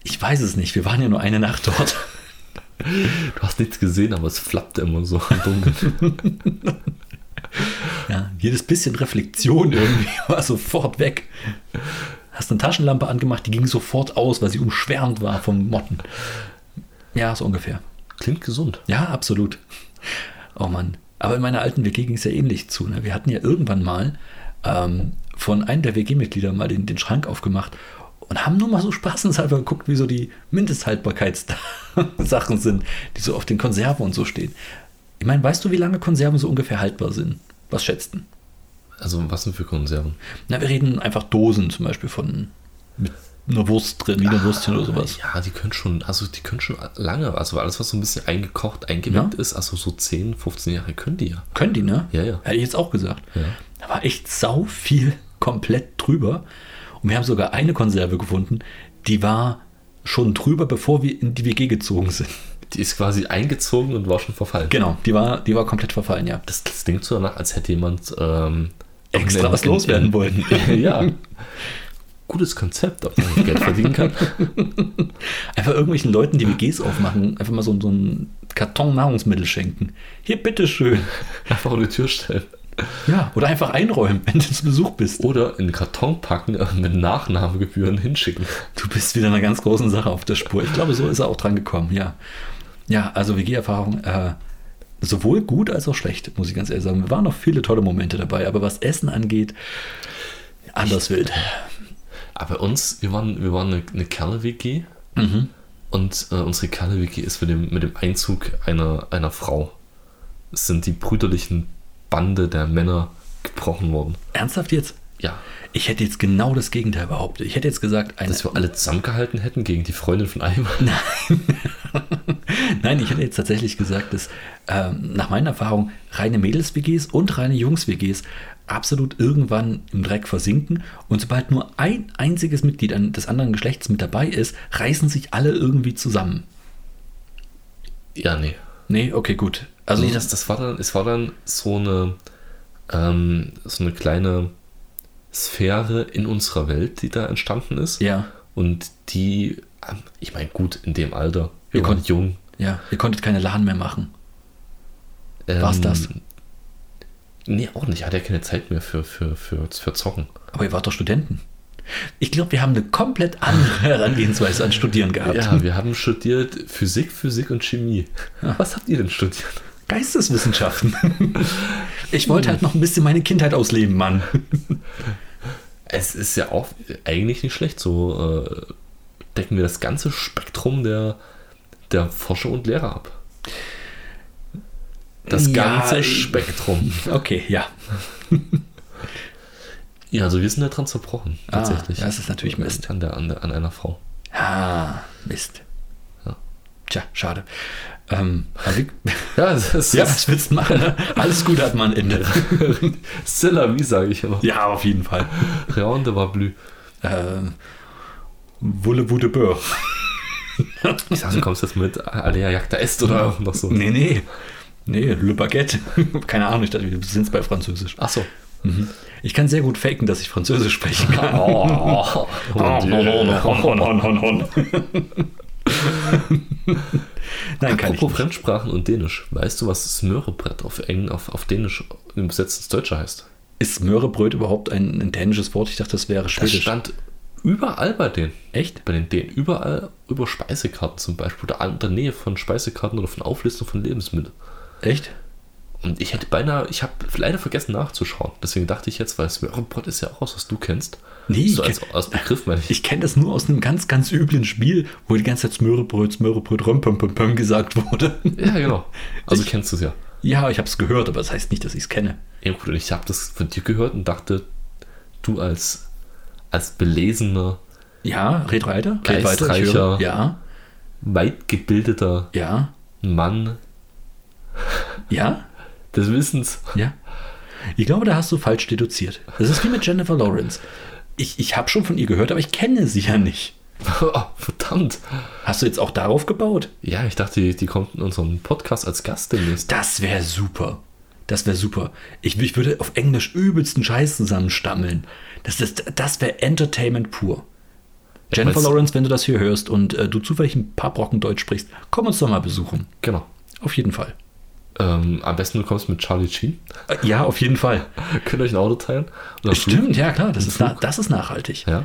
B: Ich weiß es nicht. Wir waren ja nur eine Nacht dort.
A: Du hast nichts gesehen, aber es flappte immer so im Dunkeln.
B: Ja, jedes bisschen Reflexion irgendwie war sofort weg. Hast eine Taschenlampe angemacht, die ging sofort aus, weil sie umschwärmt war vom Motten. Ja, so ungefähr.
A: Klingt gesund.
B: Ja, absolut. Oh Mann. Aber in meiner alten WG ging es ja ähnlich zu. Ne? Wir hatten ja irgendwann mal ähm, von einem der WG-Mitglieder mal den, den Schrank aufgemacht und haben nur mal so spaßenshalber geguckt, wie so die Mindesthaltbarkeitssachen sind, die so auf den Konserven und so stehen. Ich meine, weißt du, wie lange Konserven so ungefähr haltbar sind? Was schätzt du?
A: Also, was denn für Konserven?
B: Na, wir reden einfach Dosen zum Beispiel von mit einer Wurst drin, wie einer Würstchen oder sowas.
A: Ja, die können schon, also die können schon lange, also alles, was so ein bisschen eingekocht, eingeweckt
B: Ja.
A: ist, also so 10, 15 Jahre können die ja.
B: Können die, ne?
A: Ja, ja.
B: Hätte ich jetzt auch gesagt.
A: Ja.
B: Da war echt sau viel komplett drüber. Und wir haben sogar eine Konserve gefunden, die war schon drüber, bevor wir in die WG gezogen sind.
A: Die ist quasi eingezogen und war schon verfallen.
B: Genau, die war, die war komplett verfallen, ja.
A: Das, das klingt so danach, als hätte jemand ähm,
B: Extra was loswerden wollen.
A: ja. Gutes Konzept, ob man Geld verdienen kann.
B: Einfach irgendwelchen Leuten, die WGs aufmachen, einfach mal so, so einen Karton Nahrungsmittel schenken. Hier, bitteschön.
A: Einfach vor die Tür stellen.
B: Ja, oder einfach einräumen, wenn du zu Besuch bist.
A: Oder in den Karton packen äh, mit Nachnahmegebühren hinschicken.
B: Du bist wieder einer ganz großen Sache auf der Spur. Ich glaube, so ist er auch dran gekommen, ja. Ja, also WG-Erfahrung, äh, sowohl gut als auch schlecht, muss ich ganz ehrlich sagen. Wir waren noch viele tolle Momente dabei, aber was Essen angeht, anders wild.
A: Aber Ah, bei uns, wir waren, wir waren eine, eine Kerle-WG
B: Mhm.
A: und äh, unsere Kerle-WG ist mit dem, mit dem Einzug einer, einer Frau. Es sind die brüderlichen Bande der Männer gebrochen worden.
B: Ernsthaft jetzt?
A: Ja,
B: Ich hätte jetzt genau das Gegenteil behauptet. Ich hätte jetzt gesagt, eine,
A: dass wir alle zusammengehalten hätten gegen die Freundin von einem.
B: Nein, ich hätte jetzt tatsächlich gesagt, dass ähm, nach meiner Erfahrung reine Mädels-WGs und reine Jungs-WGs absolut irgendwann im Dreck versinken. Und sobald nur ein einziges Mitglied an- des anderen Geschlechts mit dabei ist, reißen sich alle irgendwie zusammen.
A: Ja, nee.
B: Nee, okay, gut. Also,
A: nee, das, das war dann, es war dann so eine, ähm, so eine kleine Sphäre in unserer Welt, die da entstanden ist.
B: ja,
A: Und die, ähm, ich meine, gut, in dem Alter, wir
B: Ja.
A: waren jung.
B: ja, ihr konntet keine Laden mehr machen.
A: Ähm,
B: War's das?
A: Nee, auch nicht. Hatte ja keine Zeit mehr für, für, für, für Zocken.
B: Aber ihr wart doch Studenten. Ich glaube, wir haben eine komplett andere Herangehensweise an Studieren gehabt.
A: Ja, wir haben studiert Physik, Physik und Chemie. Was habt ihr denn studiert?
B: Geisteswissenschaften. Ich wollte halt noch ein bisschen meine Kindheit ausleben, Mann.
A: Es ist ja auch eigentlich nicht schlecht. So äh, decken wir das ganze Spektrum der, der Forscher und Lehrer ab. Das
B: Ja,
A: ganze
B: ich-
A: Spektrum.
B: Okay, ja.
A: Ja, also wir sind da dran zerbrochen, tatsächlich.
B: das Ah, ist natürlich Mist.
A: An, der, an, der, an einer Frau.
B: Ah, Mist.
A: Ja.
B: Tja, schade. Ähm, aber wie-
A: Ja, das ist
B: ja, was willst du machen? ne? Alles gut hat man ein Ende.
A: Cilla, wie sage ich immer.
B: Ja, auf jeden Fall.
A: Rien de Bablu.
B: Ähm, Wulle Wude Bör.
A: Ich sag, du kommst jetzt mit Alea Jagda Est oder noch so.
B: Nee, nee. Nee, Le Baguette. Keine Ahnung, ich dachte, wir sind bei Französisch.
A: Achso.
B: Ich kann sehr gut faken, dass ich Französisch sprechen kann.
A: Oh,
B: Oh, no, no, no,
A: äh,
B: hon, hon, hon, hon. ah, Nein, kann ich
A: Apropos
B: nicht.
A: Fremdsprachen und Dänisch. Weißt du, was Smörebrett auf, Eng, auf, auf Dänisch übersetzt ins Deutsche heißt?
B: Ist Möhrebröt überhaupt ein, ein dänisches Wort? Ich dachte, das wäre
A: Das
B: schwedisch.
A: stand überall bei denen.
B: Echt?
A: Bei den Dänen. Überall über Speisekarten zum Beispiel. Oder an der Nähe von Speisekarten oder von Auflistung von Lebensmitteln.
B: Echt?
A: Und ich hätte beinahe, ich habe leider vergessen nachzuschauen. Deswegen dachte ich jetzt, weil Smörebrett ist ja auch was, was du kennst.
B: Nee,
A: so
B: ich
A: als, als Begriff meine ich.
B: Ich kenne das nur aus einem ganz, ganz üblen Spiel, wo die ganze Zeit Möhrebröt, Smörebröt, Röm, pöm, pöm, pöm gesagt wurde.
A: Ja, genau. Also kennst du es ja.
B: Ja, ich habe es gehört, aber das heißt nicht, dass ich es kenne.
A: Ja gut, und ich habe das von dir gehört und dachte, du als, als belesener,
B: Ja, red weiter. Red weiter. Ich
A: Geistreicher.
B: höre. Ja,
A: weit gebildeter
B: ja,
A: Mann
B: ja,
A: des Wissens.
B: ja. Ich glaube, da hast du falsch deduziert. Das ist wie mit Jennifer Lawrence. Ich, ich habe schon von ihr gehört, aber ich kenne sie ja nicht.
A: Oh, verdammt.
B: Hast du jetzt auch darauf gebaut?
A: Ja, ich dachte, die, die kommt in unserem Podcast als Gast demnächst.
B: Das wäre super. Das wäre super. Ich, ich würde auf Englisch übelsten Scheiß zusammenstammeln. Das, das, das wäre Entertainment pur. Jennifer
A: weil's-
B: Lawrence, wenn du das hier hörst und äh, du zufällig ein paar Brocken Deutsch sprichst, komm uns doch mal besuchen.
A: Genau.
B: Auf jeden Fall.
A: Ähm, am besten du kommst mit Charlie Sheen.
B: Äh, ja, auf jeden Fall.
A: Könnt ihr euch ein Auto teilen? Oder Flug?
B: Stimmt, ja klar, das, ist, na, das ist nachhaltig.
A: Ja.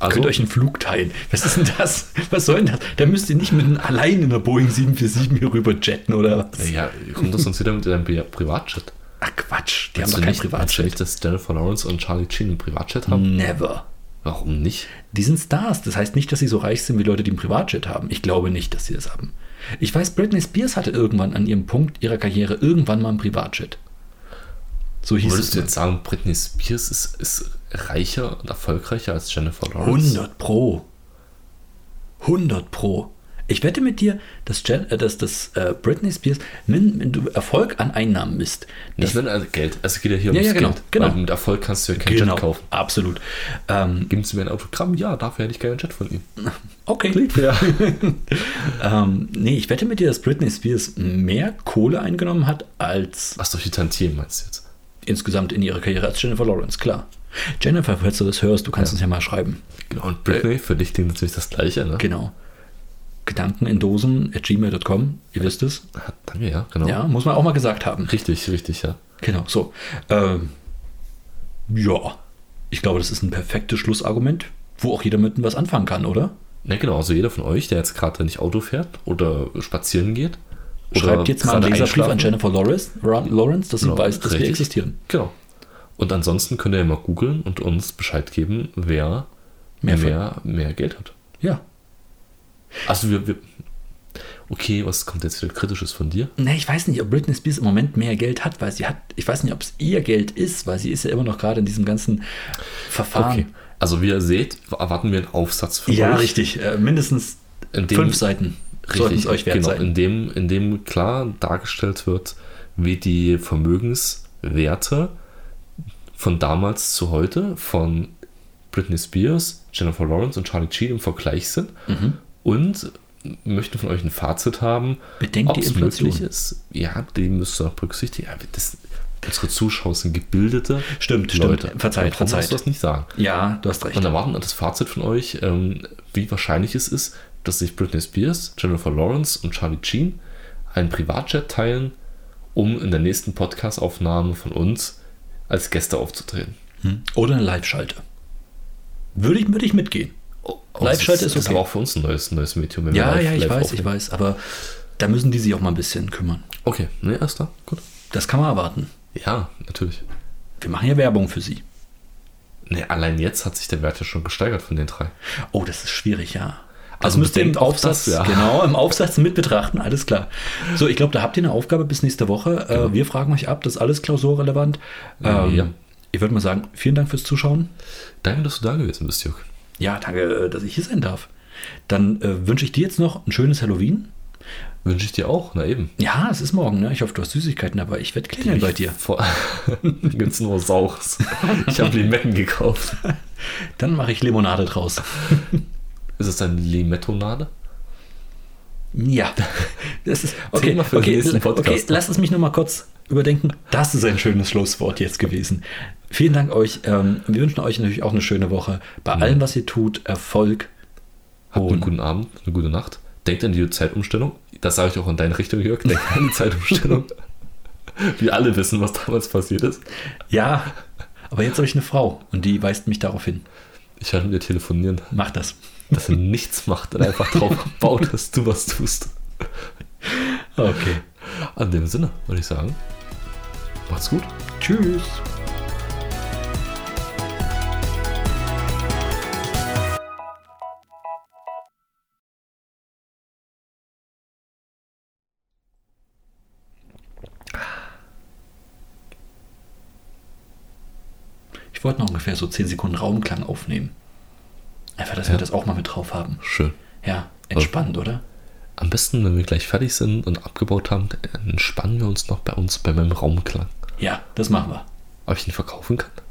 A: Also,
B: Könnt ihr euch einen Flug teilen. Was ist denn das? Was soll denn das? Da müsst ihr nicht mit einem allein in der Boeing 747 hier rüber jetten oder was?
A: ja, kommt das sonst wieder mit deinem Pri- Privatjet?
B: Ach Quatsch, die
A: Meinst
B: haben doch
A: du nicht-
B: kein
A: meinst du
B: Privatjet.
A: nicht, dass Jennifer Lawrence und Charlie Sheen einen Privatjet
B: Hm.
A: haben?
B: Never.
A: Warum nicht?
B: Die sind Stars. Das heißt nicht, dass sie so reich sind wie Leute, die einen Privatjet haben. Ich glaube nicht, dass sie das haben. Ich weiß, Britney Spears hatte irgendwann an ihrem Punkt ihrer Karriere irgendwann mal einen Privatjet. So hieß
A: Würdest du
B: es.
A: jetzt sagen, Britney Spears ist, ist reicher und erfolgreicher als Jennifer Lawrence?
B: 100 Pro. 100 Pro. Ich wette mit dir, dass, Jen, äh, dass, dass äh, Britney Spears, wenn, wenn du Erfolg an Einnahmen misst,
A: Das nennt also Geld. Also geht ja hier
B: Ja, ja,
A: ums
B: genau,
A: Geld.
B: genau.
A: Weil mit Erfolg kannst du ja kein Jet kaufen.
B: absolut. Ähm,
A: Geben Sie mir ein Autogramm? Ja, dafür hätte ich gerne ein Jet von Ihnen.
B: okay.
A: ja.
B: Ähm, nee, ich wette mit dir, dass Britney Spears mehr Kohle eingenommen hat als
A: Was durch die Tantiemen meinst du jetzt?
B: insgesamt in ihrer Karriere als Jennifer Lawrence, klar. Jennifer, falls du das hörst, du kannst uns ja mal schreiben.
A: Genau, und Britney, für dich klingt natürlich das Gleiche, ne?
B: Genau. Gedanken in Dosen at gmail.com, ihr wisst es.
A: Ah, Danke, ja, genau.
B: Ja, muss man auch mal gesagt haben.
A: Richtig, richtig, ja.
B: Genau, so. Ähm, ja, ich glaube, das ist ein perfektes Schlussargument, wo auch jeder mit was anfangen kann, oder?
A: Na genau, also jeder von euch, der jetzt gerade nicht Auto fährt oder spazieren geht. Oder
B: Schreibt jetzt mal einen
A: gerade
B: Leserbrief
A: einschlafen.
B: an Jennifer Lawrence, Ron- Lawrence dass sie
A: Genau,
B: weiß, dass wir
A: richtig.
B: existieren.
A: Genau. Und ansonsten könnt ihr ja mal googeln und uns Bescheid geben, wer
B: Mehr
A: mehr, mehr, Geld hat.
B: Ja.
A: Also wir, wir. Okay, was kommt jetzt wieder Kritisches von dir?
B: Ne, ich weiß nicht, ob Britney Spears im Moment mehr Geld hat, weil sie hat, ich weiß nicht, ob es ihr Geld ist, weil sie ist ja immer noch gerade in diesem ganzen Verfahren.
A: Okay. Also wie ihr seht, erwarten wir einen Aufsatz von
B: Ah. Ja,
A: euch.
B: richtig. Äh, mindestens
A: In dem-
B: fünf Seiten sollten es euch wert
A: genau,
B: sein.
A: In dem, in dem klar dargestellt wird, wie die Vermögenswerte von damals zu heute von Britney Spears, Jennifer Lawrence und Charlie Sheen im Vergleich sind
B: Mhm.
A: und möchten von euch ein Fazit haben,
B: Bedenkt die
A: ob's
B: Inflation.
A: möglich ist. Ja, die müsst ihr noch berücksichtigen. Ja, das, unsere Zuschauer sind gebildete
B: Stimmt, stimmt.
A: Leute.
B: Verzeiht,
A: Warum musst
B: verzeiht.
A: du das nicht sagen?
B: Ja, du hast recht.
A: Und erwarten das Fazit von euch, ähm, wie wahrscheinlich es ist, dass sich Britney Spears, Jennifer Lawrence und Charlie Sheen einen Privatjet teilen, um in der nächsten Podcast-Aufnahme von uns als Gäste aufzutreten.
B: Mhm. Oder eine Live-Schalte. Würde ich, würde ich mitgehen.
A: Aber
B: Live-Schalte
A: das
B: Oh, ist
A: Das ist
B: okay.
A: aber auch für uns ein neues, neues Medium. wenn wir
B: Ja,
A: live-
B: ja, ich
A: live
B: weiß, ich
A: aufnehmen.
B: weiß. Aber da müssen die sich auch mal ein bisschen kümmern.
A: Okay, ne, alles klar, gut.
B: Das kann man erwarten.
A: Ja, natürlich.
B: Wir machen ja Werbung für sie.
A: Ne, allein jetzt hat sich der Wert ja schon gesteigert von den drei.
B: Oh, das ist schwierig, ja. Das
A: Also
B: müsst ihr im
A: bedenkt auch
B: Aufsatz,
A: das, ja.
B: genau, im Aufsatz mit betrachten, alles klar. So, ich glaube, da habt ihr eine Aufgabe bis nächste Woche. Äh, wir fragen euch ab, das ist alles klausurrelevant. Ähm,
A: Genau. Ja.
B: Ich würde mal sagen, vielen Dank fürs Zuschauen.
A: Danke, dass du da gewesen bist, Jörg.
B: Ja, danke, äh, dass ich hier sein darf. Dann äh, wünsche ich dir jetzt noch ein schönes Halloween.
A: Wünsche ich dir auch, na eben.
B: Ja, es ist morgen, ne? Ich hoffe, du hast Süßigkeiten dabei. Ich werde klingeln bei dir.
A: Vor gibt's nur Saures. Ich habe Limetten gekauft.
B: Dann mache ich Limonade draus.
A: Ist es dann Limettonade?
B: Ja, das ist
A: Thema
B: okay.
A: für den
B: okay,
A: nächsten
B: l-
A: Podcast.
B: okay, lass es mich noch mal kurz überdenken. Das ist ein schönes Schlusswort jetzt gewesen. Vielen Dank euch. Ähm, wir wünschen euch natürlich auch eine schöne Woche. Bei allem, was ihr tut, Erfolg.
A: Habt
B: Oh.
A: einen guten Abend, eine gute Nacht. Denkt an die Zeitumstellung. Das sage ich auch in deine Richtung, Jörg. Denkt an die Zeitumstellung. Wir alle wissen, was damals passiert ist.
B: Ja, aber jetzt habe ich eine Frau und die weist mich darauf hin.
A: Ich werde mit dir telefonieren,
B: Macht das.
A: dass er nichts macht und einfach drauf baut, dass du was tust.
B: Okay.
A: An dem Sinne würde ich sagen, macht's gut.
B: Tschüss. Ich wollte noch ungefähr so 10 Sekunden Raumklang aufnehmen. Einfach, dass wir das auch mal mit drauf haben.
A: Schön.
B: Ja, entspannt, oder?
A: Am besten, wenn wir gleich fertig sind und abgebaut haben, entspannen wir uns noch bei uns bei meinem Raumklang.
B: Ja, das machen wir.
A: Ob ich ihn verkaufen kann?